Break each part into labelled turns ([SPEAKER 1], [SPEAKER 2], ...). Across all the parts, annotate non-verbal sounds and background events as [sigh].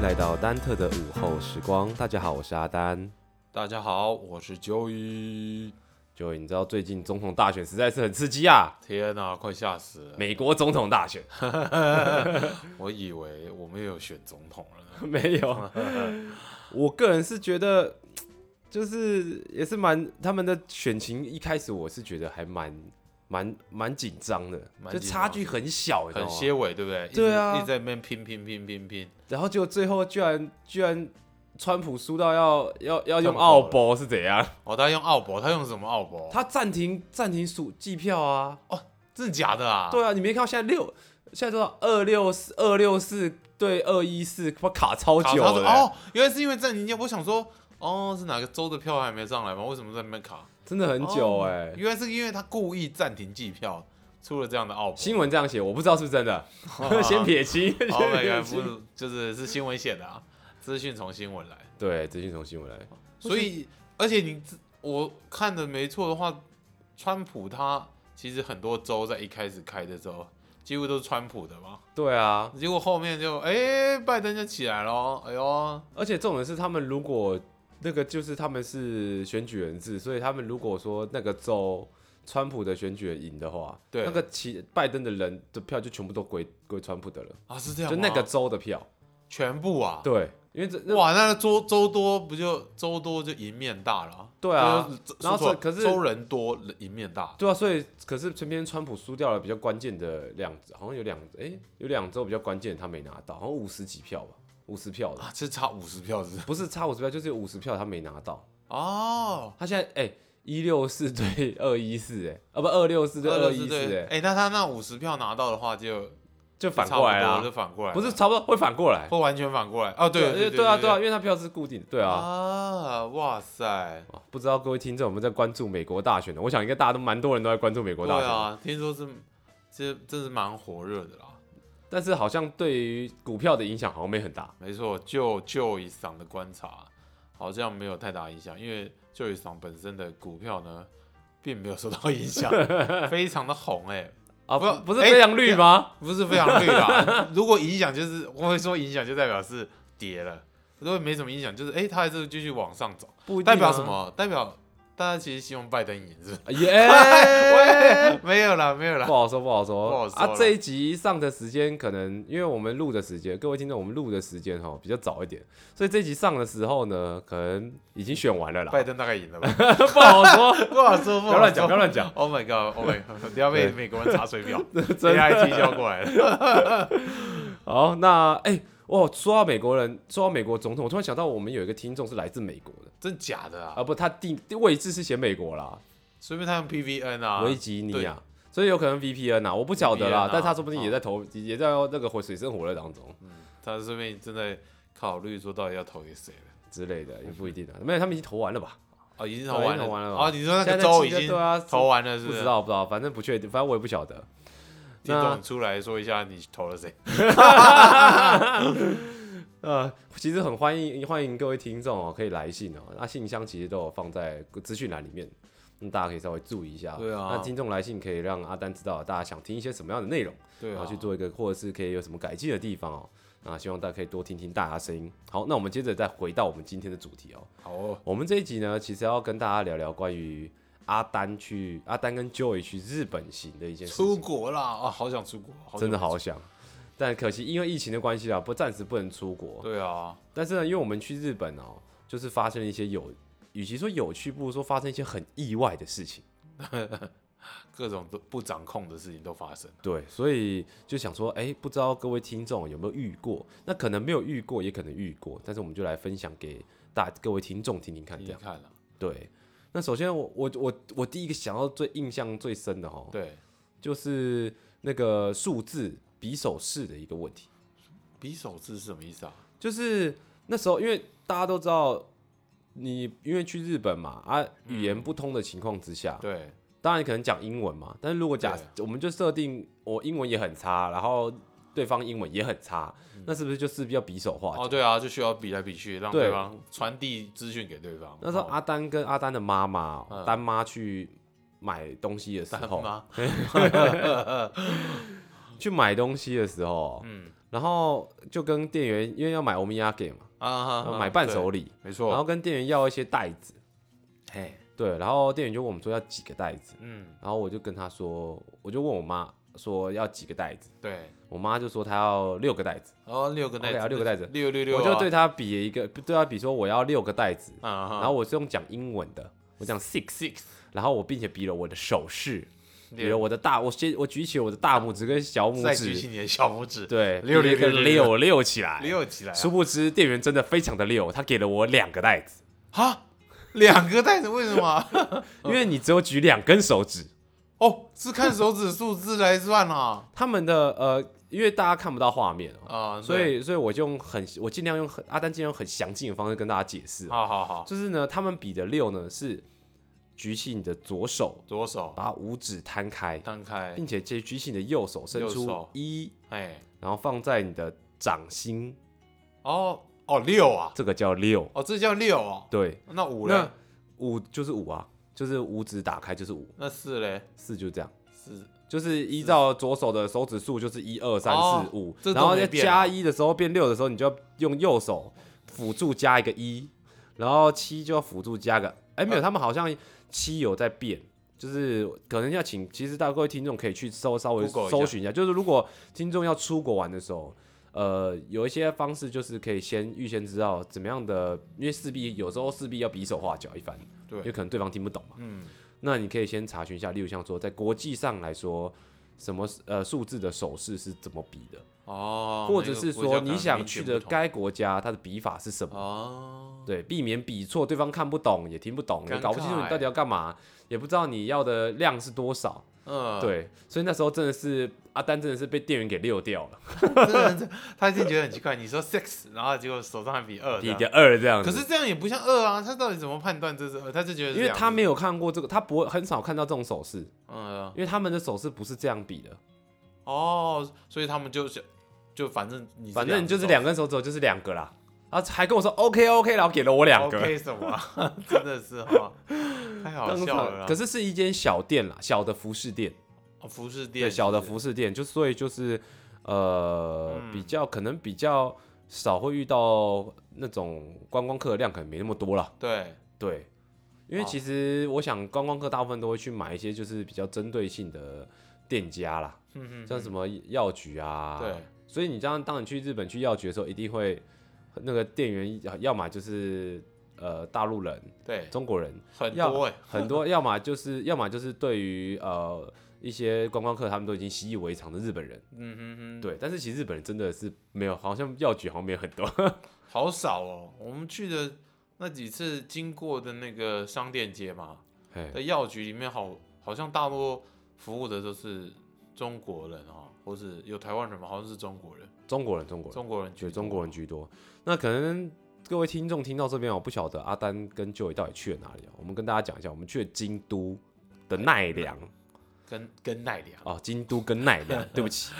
[SPEAKER 1] 来到丹特的午后时光。大家好，我是阿丹。
[SPEAKER 2] 大家好，我是九一。
[SPEAKER 1] 就你知道最近总统大选实在是很刺激
[SPEAKER 2] [laughs]
[SPEAKER 1] 啊，
[SPEAKER 2] 天哪、快吓死了！
[SPEAKER 1] 美国总统大选 [laughs]
[SPEAKER 2] 我以为我们也有选总统了呢。
[SPEAKER 1] 没有。
[SPEAKER 2] [laughs]
[SPEAKER 1] 我个人是觉得，就是也是蛮他们的选情，一开始我是觉得还蛮蛮蛮紧张的，
[SPEAKER 2] 蛮
[SPEAKER 1] 就
[SPEAKER 2] 紧张
[SPEAKER 1] 差距很小，你知道
[SPEAKER 2] 很
[SPEAKER 1] 吗
[SPEAKER 2] 歇尾，对不对？一直
[SPEAKER 1] 啊对啊
[SPEAKER 2] 一直在那边拼拼拼拼拼，
[SPEAKER 1] 然后结果最后居然居然川普输到要要要用
[SPEAKER 2] 看不
[SPEAKER 1] 奥
[SPEAKER 2] 到了
[SPEAKER 1] 博是怎样？
[SPEAKER 2] 哦，他用奥博，他用什么奥博？
[SPEAKER 1] 他暂停暂停数计票啊！
[SPEAKER 2] 真的假的啊？，
[SPEAKER 1] 对啊，你没看到现在六现在多少二六四二六四对二一四，我卡超
[SPEAKER 2] 卡
[SPEAKER 1] 久
[SPEAKER 2] 他说
[SPEAKER 1] 了、
[SPEAKER 2] 哦，原来是因为暂停键。我想说，哦，是哪个州的票还没上来吗？为什么在那边卡？
[SPEAKER 1] 真的很久
[SPEAKER 2] 哦
[SPEAKER 1] 哎、
[SPEAKER 2] 原来是因为他故意暂停计票，出了这样的奥博。
[SPEAKER 1] 新闻这样写，我不知道是不是真的，
[SPEAKER 2] 哦
[SPEAKER 1] 先撇清。
[SPEAKER 2] 哦，
[SPEAKER 1] 先
[SPEAKER 2] 每
[SPEAKER 1] 撇
[SPEAKER 2] 个不
[SPEAKER 1] 清
[SPEAKER 2] 是就是是新闻写的啊，资讯从新闻来。
[SPEAKER 1] 对，资讯从新闻来，
[SPEAKER 2] 所以，而且你自我看的没错的话，川普他其实很多州在一开始开的时候，几乎都是川普的嘛。
[SPEAKER 1] 对啊，
[SPEAKER 2] 结果后面就哎、拜登就起来了，哎呦，
[SPEAKER 1] 而且重点是他们如果那个就是他们是选举人制，所以他们如果说那个州川普的选举人赢的话，
[SPEAKER 2] 对
[SPEAKER 1] 那个其拜登的人的票就全部都归归川普的了，
[SPEAKER 2] 啊是这样
[SPEAKER 1] 就
[SPEAKER 2] 吗，
[SPEAKER 1] 那个州的票，
[SPEAKER 2] 全部啊，
[SPEAKER 1] 对，因为这那
[SPEAKER 2] 哇，那州州多不就州多就赢面大了啊、
[SPEAKER 1] 对啊
[SPEAKER 2] 就是
[SPEAKER 1] 然后
[SPEAKER 2] 说
[SPEAKER 1] 这可是
[SPEAKER 2] 州人多人赢面大，
[SPEAKER 1] 对啊，所以可是偏偏川普输掉了比较关键的两，好像有两哎、有两周比较关键的他没拿到，好像五十几票吧，五十票的，
[SPEAKER 2] 啊，这差五十票是不是
[SPEAKER 1] 不是差五十票，就是有五十票他没拿到。
[SPEAKER 2] 哦，
[SPEAKER 1] 他现在哎一六四对二一四哎，啊不二六四对二一四
[SPEAKER 2] 对，
[SPEAKER 1] 哎，
[SPEAKER 2] 哎、那他那五十票拿到的话就
[SPEAKER 1] 就反
[SPEAKER 2] 差
[SPEAKER 1] 过来
[SPEAKER 2] 不多
[SPEAKER 1] 啦
[SPEAKER 2] 就，反过来了，
[SPEAKER 1] 不是差不多会反过来。
[SPEAKER 2] 会完全反过来哦，对
[SPEAKER 1] 因为
[SPEAKER 2] 对
[SPEAKER 1] 对啊对啊，因为他票是固定的，对啊。
[SPEAKER 2] 啊，哇塞，
[SPEAKER 1] 哦不知道各位听众有没有在关注美国大选的？我想应该大家都蛮多人都在关注美国
[SPEAKER 2] 对
[SPEAKER 1] 大选，
[SPEAKER 2] 啊，听说是这这是蛮火热的啦。
[SPEAKER 1] 但是好像对于股票的影响好像没很大。
[SPEAKER 2] 没错，就就以赏的观察，好像没有太大影响，因为就以赏本身的股票呢，并没有受到影响，非常的红哎、
[SPEAKER 1] 啊，
[SPEAKER 2] 不
[SPEAKER 1] 不不是
[SPEAKER 2] 哎
[SPEAKER 1] 非常绿吗？
[SPEAKER 2] 不是非常绿啦。如果影响就是我会说影响就代表是跌了，如果没什么影响，就是哎、它还是继续往上走，
[SPEAKER 1] 不一定啊
[SPEAKER 2] 代表什？么？代表大家其实希望拜登赢是不是？
[SPEAKER 1] 耶！
[SPEAKER 2] [laughs] 没有啦，没有啦
[SPEAKER 1] 不。好说，不好说。
[SPEAKER 2] 不好说
[SPEAKER 1] 啊，
[SPEAKER 2] 了
[SPEAKER 1] 这一集上的时间可能因为我们录的时间，各位听众，我们录的时间哦哈比较早一点，所以这一集上的时候呢，可能已经选完了啦。
[SPEAKER 2] 拜登大概赢了
[SPEAKER 1] [laughs]
[SPEAKER 2] 吧？
[SPEAKER 1] 不好说，
[SPEAKER 2] 不好说，
[SPEAKER 1] 不
[SPEAKER 2] 不
[SPEAKER 1] 要乱讲，不要乱讲。
[SPEAKER 2] Oh my god！Oh my god！不要被
[SPEAKER 1] 对
[SPEAKER 2] 美国人查水表
[SPEAKER 1] [laughs] 真的
[SPEAKER 2] ，AI 踢笑过来了。 [laughs]
[SPEAKER 1] 好，那哎、哇，说到美国人，说到美国总统，我突然想到我们有一个听众是来自美国的
[SPEAKER 2] 真假的啊？
[SPEAKER 1] 啊，不，他定位置是写美国啦，
[SPEAKER 2] 随便他用 PVN 啊，
[SPEAKER 1] 维吉尼亚。所以有可能 VPN 啊，我不晓得啦，
[SPEAKER 2] VPN 啊
[SPEAKER 1] 但他说不定也在投，也在那个火水深火热当中
[SPEAKER 2] 他顺便正在考虑说到底要投给谁了。
[SPEAKER 1] 之类的，也不一定啊。没有，他们已经投完了吧？
[SPEAKER 2] 哦，已经投
[SPEAKER 1] 对
[SPEAKER 2] 完
[SPEAKER 1] 已经
[SPEAKER 2] 了，
[SPEAKER 1] 投完了吧
[SPEAKER 2] 哦，你说那
[SPEAKER 1] 现
[SPEAKER 2] 个
[SPEAKER 1] 在
[SPEAKER 2] 州
[SPEAKER 1] 记
[SPEAKER 2] 已
[SPEAKER 1] 得
[SPEAKER 2] 经
[SPEAKER 1] 对啊，
[SPEAKER 2] 投完了，是
[SPEAKER 1] 不
[SPEAKER 2] 是
[SPEAKER 1] 知？道不知道，反正不确定，反正我也不晓得。
[SPEAKER 2] 听
[SPEAKER 1] 那
[SPEAKER 2] 众出来说一下，你投了谁？
[SPEAKER 1] 呃，其实很欢迎欢迎各位听众哦，可以来信哦。那信箱其实都有放在资讯栏里面，那大家可以稍微注意一下。哦
[SPEAKER 2] 对啊
[SPEAKER 1] 那听众来信可以让阿丹知道大家想听一些什么样的内容，
[SPEAKER 2] 对
[SPEAKER 1] 然后
[SPEAKER 2] 啊，
[SPEAKER 1] 去做一个，或者是可以有什么改进的地方哦。那希望大家可以多听听大家声音。好，那我们接着再回到我们今天的主题哦。
[SPEAKER 2] 好哦，
[SPEAKER 1] 我们这一集呢，其实要跟大家聊聊关于阿丹去阿丹跟 Joy 去日本行的一件事情。
[SPEAKER 2] 出国啦！啊，好想出国，久
[SPEAKER 1] 真的
[SPEAKER 2] 没出
[SPEAKER 1] 好想，但可惜因为疫情的关系啊，不暂时不能出国
[SPEAKER 2] 国。。对啊，
[SPEAKER 1] 但是呢，因为我们去日本哦，就是发生了一些有，与其说有趣，不如说发生一些很意外的事情。
[SPEAKER 2] 各种都不掌控的事情都发生。
[SPEAKER 1] 对，所以就想说，哎、不知道各位听众有没有遇过？那可能没有遇过，也可能遇过，但是我们就来分享给大各位听众听听看，这
[SPEAKER 2] 你
[SPEAKER 1] 样
[SPEAKER 2] 看啊了，
[SPEAKER 1] 对。那首先我，我我我第一个想到最印象最深的哦，
[SPEAKER 2] 对，
[SPEAKER 1] 就是那个数字匕首式的一个问题。
[SPEAKER 2] 匕首字是什么意思啊？
[SPEAKER 1] 就是那时候，因为大家都知道，你因为去日本嘛，啊，语言不通的情况之下，
[SPEAKER 2] 对，
[SPEAKER 1] 当然你可能讲英文嘛，但是如果
[SPEAKER 2] 啊
[SPEAKER 1] 假，我们就设定我英文也很差，然后对方英文也很差，那是不是就势必要比手画脚？
[SPEAKER 2] 嗯哦，对啊，就需要比来比去，让
[SPEAKER 1] 对
[SPEAKER 2] 对方传递资讯给对方。
[SPEAKER 1] 那时候
[SPEAKER 2] [laughs] 哦
[SPEAKER 1] 阿丹跟阿丹的妈妈、
[SPEAKER 2] 嗯
[SPEAKER 1] 丹 [laughs] 妈去买东西的时
[SPEAKER 2] 单
[SPEAKER 1] 候，
[SPEAKER 2] 吗？
[SPEAKER 1] 去买东西的时候，
[SPEAKER 2] 嗯
[SPEAKER 1] 然后就跟店员，因为要买欧米亚给嘛，
[SPEAKER 2] 啊
[SPEAKER 1] 要买伴手，礼，
[SPEAKER 2] 对没
[SPEAKER 1] 然后
[SPEAKER 2] 错，
[SPEAKER 1] 跟店员要一些袋子，
[SPEAKER 2] 嘿，
[SPEAKER 1] 对，然后店员就问我们说要几个袋子，
[SPEAKER 2] 嗯，
[SPEAKER 1] 然后我就跟他说，我就问我妈说要几个袋子，
[SPEAKER 2] 对，
[SPEAKER 1] 我妈就说她要六个袋子，
[SPEAKER 2] 然后六个袋
[SPEAKER 1] OK 啊
[SPEAKER 2] 子，
[SPEAKER 1] 六个袋子
[SPEAKER 2] 六六六，
[SPEAKER 1] 我就对，她比了一个，对她比说我要六个袋子，
[SPEAKER 2] 啊，
[SPEAKER 1] 然
[SPEAKER 2] 然
[SPEAKER 1] 后我是用讲英文的，我讲 six，
[SPEAKER 2] six，
[SPEAKER 1] 然后我并且比了我的手势，比
[SPEAKER 2] 六
[SPEAKER 1] 了我的大，我先我举起我的大拇指跟小拇
[SPEAKER 2] 再举起
[SPEAKER 1] 指，
[SPEAKER 2] 你的小拇指，
[SPEAKER 1] 对，
[SPEAKER 2] 六
[SPEAKER 1] 比了一
[SPEAKER 2] 六
[SPEAKER 1] 个
[SPEAKER 2] 六六
[SPEAKER 1] 六六起来，
[SPEAKER 2] 六起来啊，
[SPEAKER 1] 殊不知店员真的非常的溜，他给了我两个袋子，
[SPEAKER 2] 哈，两个袋子为什么 [laughs] 啊？
[SPEAKER 1] 因为你只有举两根手指，
[SPEAKER 2] 哦，是看手指数字来算啊，
[SPEAKER 1] 他们的呃，因为大家看不到画面哦，
[SPEAKER 2] 啊，对
[SPEAKER 1] 所以所以我就用很我尽量用很阿丹尽量用很详尽的方式跟大家解释哦，
[SPEAKER 2] 好好好，
[SPEAKER 1] 就是呢，他们比的六呢是举起你的左手，
[SPEAKER 2] 左手
[SPEAKER 1] 把五指摊开，
[SPEAKER 2] 摊开，
[SPEAKER 1] 并且接举起你的右手伸
[SPEAKER 2] 右
[SPEAKER 1] 出
[SPEAKER 2] 手
[SPEAKER 1] 一，
[SPEAKER 2] 哎，
[SPEAKER 1] 然后放在你的掌心，
[SPEAKER 2] 哦哦六啊，
[SPEAKER 1] 这个叫六，
[SPEAKER 2] 哦这叫六哦，
[SPEAKER 1] 对，
[SPEAKER 2] 那五嘞
[SPEAKER 1] 那，五就是五啊，就是五指打开就是五，
[SPEAKER 2] 那四嘞，
[SPEAKER 1] 四就这样。
[SPEAKER 2] 四
[SPEAKER 1] 就是依照左手的手指数，就是一二三
[SPEAKER 2] 哦
[SPEAKER 1] 四五，
[SPEAKER 2] 这都
[SPEAKER 1] 然后
[SPEAKER 2] 没
[SPEAKER 1] 在
[SPEAKER 2] 变
[SPEAKER 1] 加
[SPEAKER 2] 啊
[SPEAKER 1] 一的时候变六的时候，你就要用右手辅助加一个一，然后七就要辅助加个，哎、
[SPEAKER 2] 呃
[SPEAKER 1] 没有，他们好像七有在变，就是可能要请，其实大家各位听众可以去搜稍微
[SPEAKER 2] Google 一下
[SPEAKER 1] 搜寻一下，就是如果听众要出国玩的时候。呃，有一些方式就是可以先预先知道怎么样的，因为势必有时候势必要比手画脚一番，
[SPEAKER 2] 对
[SPEAKER 1] 因为可能对方听不懂嘛。
[SPEAKER 2] 嗯，
[SPEAKER 1] 那你可以先查询一下，例如像说，在国际上来说，什么呃数字的手势是怎么比的，
[SPEAKER 2] 哦，
[SPEAKER 1] 或者是
[SPEAKER 2] 每个国家
[SPEAKER 1] 说
[SPEAKER 2] 可能
[SPEAKER 1] 你想
[SPEAKER 2] 理解
[SPEAKER 1] 去
[SPEAKER 2] 不
[SPEAKER 1] 的
[SPEAKER 2] 同
[SPEAKER 1] 该国家它的比法是什么？
[SPEAKER 2] 哦，
[SPEAKER 1] 对，避免比错，对方看不懂也听不懂，也
[SPEAKER 2] 尴
[SPEAKER 1] 搞不清楚
[SPEAKER 2] 尬欸
[SPEAKER 1] 你到底要干嘛，也不知道你要的量是多少。
[SPEAKER 2] 嗯，
[SPEAKER 1] 对，所以那时候真的是阿丹真的是被店员给溜掉了，
[SPEAKER 2] 真的是， [laughs] 他一定觉得很奇怪。你说 six，然后结果手上还比二，
[SPEAKER 1] 比个二这样
[SPEAKER 2] 可
[SPEAKER 1] 子。
[SPEAKER 2] 是这样也不像二啊，他到底怎么判断这是二？他就觉得
[SPEAKER 1] 因为他
[SPEAKER 2] 们
[SPEAKER 1] 没有看过这个，他不会很少看到这种手势，
[SPEAKER 2] 嗯
[SPEAKER 1] 因为他们的手势不是这样比的。
[SPEAKER 2] 哦，所以他们就是就反正你
[SPEAKER 1] 反正你就是两根手指头就是两个啦，然后还跟我说 OK OK，然后给了我两个。
[SPEAKER 2] OK 什么啊， [laughs] 真的是哈，太好
[SPEAKER 1] 当
[SPEAKER 2] 笑
[SPEAKER 1] 场
[SPEAKER 2] 了啦。
[SPEAKER 1] 可是是一间小店啦，小的服饰店，
[SPEAKER 2] 哦服饰
[SPEAKER 1] 对，
[SPEAKER 2] 店
[SPEAKER 1] 小的
[SPEAKER 2] 是嗯
[SPEAKER 1] 服饰店，就所以就是呃，比较可能比较少会遇到那种观光客的量，可能没那么多啦。
[SPEAKER 2] 对
[SPEAKER 1] 对，因为
[SPEAKER 2] 哦
[SPEAKER 1] 其实我想观光客大部分都会去买一些就是比较针对性的店家啦，
[SPEAKER 2] 嗯
[SPEAKER 1] 像什么药局啊，
[SPEAKER 2] 对，
[SPEAKER 1] 所以你这样，当你去日本去药局的时候，一定会那个店员要要么就是呃大陆人、
[SPEAKER 2] 对
[SPEAKER 1] 中国人，
[SPEAKER 2] 很
[SPEAKER 1] 要
[SPEAKER 2] 多哎，
[SPEAKER 1] 很多，要么就是 [laughs] 要么就是对于呃一些观光客，他们都已经习以为常的日本人。
[SPEAKER 2] 嗯哼哼，
[SPEAKER 1] 对，但是其实日本人真的是没有，好像药局好像没有很多。 [laughs]
[SPEAKER 2] 好少哦。我们去的那几次经过的那个商店街嘛，
[SPEAKER 1] 哎，
[SPEAKER 2] 在药局里面好好像大多服务的都是中国人哦，或是有台湾人嘛，好像是中国人，
[SPEAKER 1] 中国人，中国人，
[SPEAKER 2] 中国人
[SPEAKER 1] 对，
[SPEAKER 2] 居
[SPEAKER 1] 中
[SPEAKER 2] 多
[SPEAKER 1] 国人居多。那可能各位听众听到这边哦，我不晓得阿丹跟 Joy 到底去了哪里哦。我们跟大家讲一下，我们去了京都的奈 [laughs] 良。
[SPEAKER 2] 跟跟奈良、
[SPEAKER 1] 哦，京都跟奈良，对不起，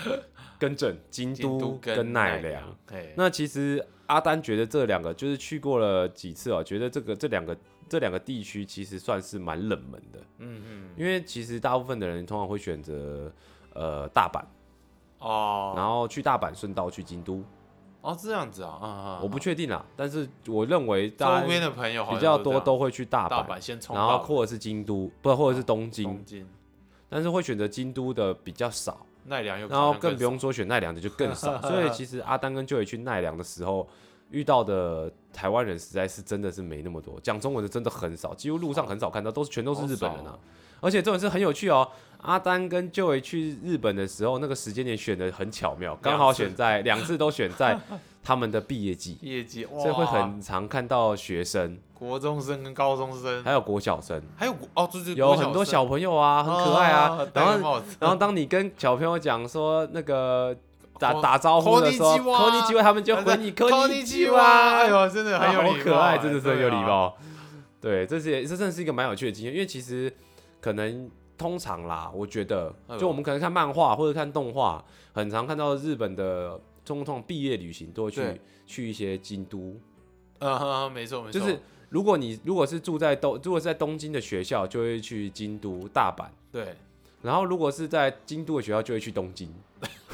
[SPEAKER 1] 更正，京
[SPEAKER 2] 京
[SPEAKER 1] 都
[SPEAKER 2] 跟
[SPEAKER 1] 跟奈良
[SPEAKER 2] 良。，哎，
[SPEAKER 1] 那其实阿丹觉得这两个就是去过了几次哦，觉得这个这两个这两个地区其实算是蛮冷门的，
[SPEAKER 2] 嗯嗯，
[SPEAKER 1] 因为其实大部分的人通常会选择呃大阪，
[SPEAKER 2] 哦
[SPEAKER 1] 然后去大阪顺道去京都，
[SPEAKER 2] 哦这样子啊，啊啊，
[SPEAKER 1] 我不确定啦，但是我认为大
[SPEAKER 2] 周
[SPEAKER 1] 家
[SPEAKER 2] 边的朋友好
[SPEAKER 1] 比
[SPEAKER 2] 像
[SPEAKER 1] 较
[SPEAKER 2] 这
[SPEAKER 1] 多
[SPEAKER 2] 样
[SPEAKER 1] 都会去大
[SPEAKER 2] 大
[SPEAKER 1] 阪，
[SPEAKER 2] 阪先冲
[SPEAKER 1] 然
[SPEAKER 2] 到
[SPEAKER 1] 后或者是京都，不或者是东京，
[SPEAKER 2] 东京
[SPEAKER 1] 但是会选择京都的比较少。
[SPEAKER 2] 奈良又
[SPEAKER 1] 然后更
[SPEAKER 2] 更
[SPEAKER 1] 不用说选奈良的就更
[SPEAKER 2] [laughs]
[SPEAKER 1] 少，所以其实阿丹跟舅爷去奈良的时候遇到的台湾人实在是真的是没那么多，讲中文的真的很少，几乎路上很少看到，都是全都是日本人
[SPEAKER 2] 好少
[SPEAKER 1] 啊
[SPEAKER 2] 哦。
[SPEAKER 1] 而且这种是很有趣哦，阿丹跟舅爷去日本的时候，那个时间点选的很巧妙，刚好选在两次都选在他们的毕业季，
[SPEAKER 2] 业绩， [laughs] 哇，
[SPEAKER 1] 所以会很常看到学生，
[SPEAKER 2] 国中生跟高中生，
[SPEAKER 1] 还有国小生，
[SPEAKER 2] 还有国哦，对对，
[SPEAKER 1] 有
[SPEAKER 2] 嗯国
[SPEAKER 1] 很多
[SPEAKER 2] 生
[SPEAKER 1] 小朋友啊，很可爱啊
[SPEAKER 2] 哦，戴
[SPEAKER 1] 然后
[SPEAKER 2] 个帽 [laughs] 子
[SPEAKER 1] 然后当你跟小朋友讲说那
[SPEAKER 2] [laughs]
[SPEAKER 1] 个打打招呼
[SPEAKER 2] こん
[SPEAKER 1] 的
[SPEAKER 2] にち
[SPEAKER 1] 时候，
[SPEAKER 2] は
[SPEAKER 1] 科尼基他们就回你科
[SPEAKER 2] こん
[SPEAKER 1] 尼
[SPEAKER 2] に
[SPEAKER 1] 基
[SPEAKER 2] ち
[SPEAKER 1] 哇，
[SPEAKER 2] は哎呦，真的很有
[SPEAKER 1] 啊 [laughs] 好
[SPEAKER 2] 礼貌
[SPEAKER 1] 可爱，
[SPEAKER 2] 哎
[SPEAKER 1] 真的是很有礼。
[SPEAKER 2] 对啊
[SPEAKER 1] 貌。对，这些这真的是一个蛮有趣的经验，因为其实可能通常啦，我觉得
[SPEAKER 2] 哎呦
[SPEAKER 1] 就我们可能看漫画或者看动画，很常看到日本的中通毕业旅行都会去
[SPEAKER 2] 对
[SPEAKER 1] 去一些京都，
[SPEAKER 2] 嗯哼哼，没错没错，
[SPEAKER 1] 就是如果你如果是住在东，如果是在东京的学校，就会去京都、大阪。
[SPEAKER 2] 对，
[SPEAKER 1] 然后如果是在京都的学校，就会去东京。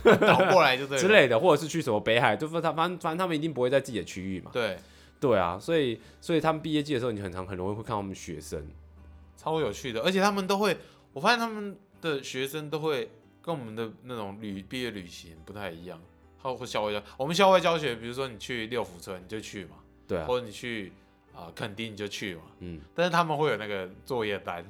[SPEAKER 2] 倒过来就对了
[SPEAKER 1] 之。类的，或者是去什么北海，就是他反正反正他们一定不会在自己的区域嘛。
[SPEAKER 2] 对，
[SPEAKER 1] 对啊，所以所以他们毕业季的时候，你很常很容易会看到我们学生，
[SPEAKER 2] 超有趣的，而且他们都会，我发现他们的学生都会跟我们的那种旅毕业旅行不太一样，他会校外教，我们校外教学，比如说你去六福村你就去嘛，
[SPEAKER 1] 对啊，
[SPEAKER 2] 或者你去啊、呃垦丁你就去嘛，
[SPEAKER 1] 嗯，
[SPEAKER 2] 但是他们会有那个作业单，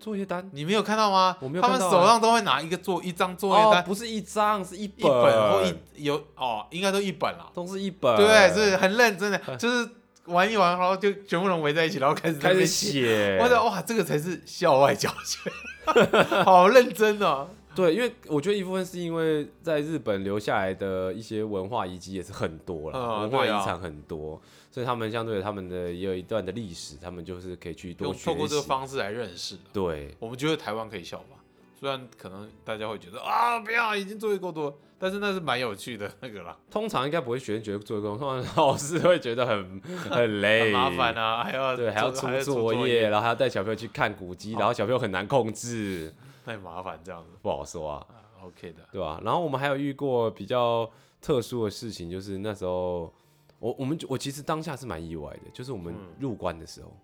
[SPEAKER 1] 作业单
[SPEAKER 2] 你没有看到吗？
[SPEAKER 1] 我没有
[SPEAKER 2] 他
[SPEAKER 1] 看到
[SPEAKER 2] 们
[SPEAKER 1] 啊
[SPEAKER 2] 手上都会拿一个作一张作业
[SPEAKER 1] 哦
[SPEAKER 2] 单，
[SPEAKER 1] 不是一张，是一
[SPEAKER 2] 一
[SPEAKER 1] 本，
[SPEAKER 2] 本或一有哦，应该都一本啦，
[SPEAKER 1] 都是一本，
[SPEAKER 2] 对，是很认真的，就是玩一玩，然后就全部人围在一起，然后开始
[SPEAKER 1] 开
[SPEAKER 2] 在那
[SPEAKER 1] 始
[SPEAKER 2] 边写。
[SPEAKER 1] 写，
[SPEAKER 2] [laughs] 我想哇，这个才是校外教学， [laughs] 好认真 [laughs] 哦。
[SPEAKER 1] 对，因为我觉得一部分是因为在日本留下来的一些文化遗迹也是很多啦，
[SPEAKER 2] 嗯
[SPEAKER 1] 文化
[SPEAKER 2] 对
[SPEAKER 1] 遗
[SPEAKER 2] 啊
[SPEAKER 1] 产很多，所以他们相对他们的也有一段的历史，他们就是可以去多
[SPEAKER 2] 用
[SPEAKER 1] 学
[SPEAKER 2] 透过这个
[SPEAKER 1] 习。
[SPEAKER 2] 方式来认识的。
[SPEAKER 1] 对，
[SPEAKER 2] 我们觉得台湾可以效法，虽然可能大家会觉得啊，不要，已经作业够多，但是那是蛮有趣的那个啦，
[SPEAKER 1] 通常应该不会学生觉得做工，通常老师会觉得很很累，
[SPEAKER 2] 很麻烦啊，还要
[SPEAKER 1] 哎对，还要出
[SPEAKER 2] 做
[SPEAKER 1] 作
[SPEAKER 2] 作
[SPEAKER 1] 业，，然后还要带小朋友去看古迹，
[SPEAKER 2] 好
[SPEAKER 1] 然后小朋友很难控制，
[SPEAKER 2] 太麻烦这样子。
[SPEAKER 1] 不好说啊，
[SPEAKER 2] 啊 OK 的，
[SPEAKER 1] 对吧、然后我们还有遇过比较特殊的事情，就是那时候我我们我其实当下是蛮意外的，就是我们
[SPEAKER 2] 嗯
[SPEAKER 1] 入关的时候，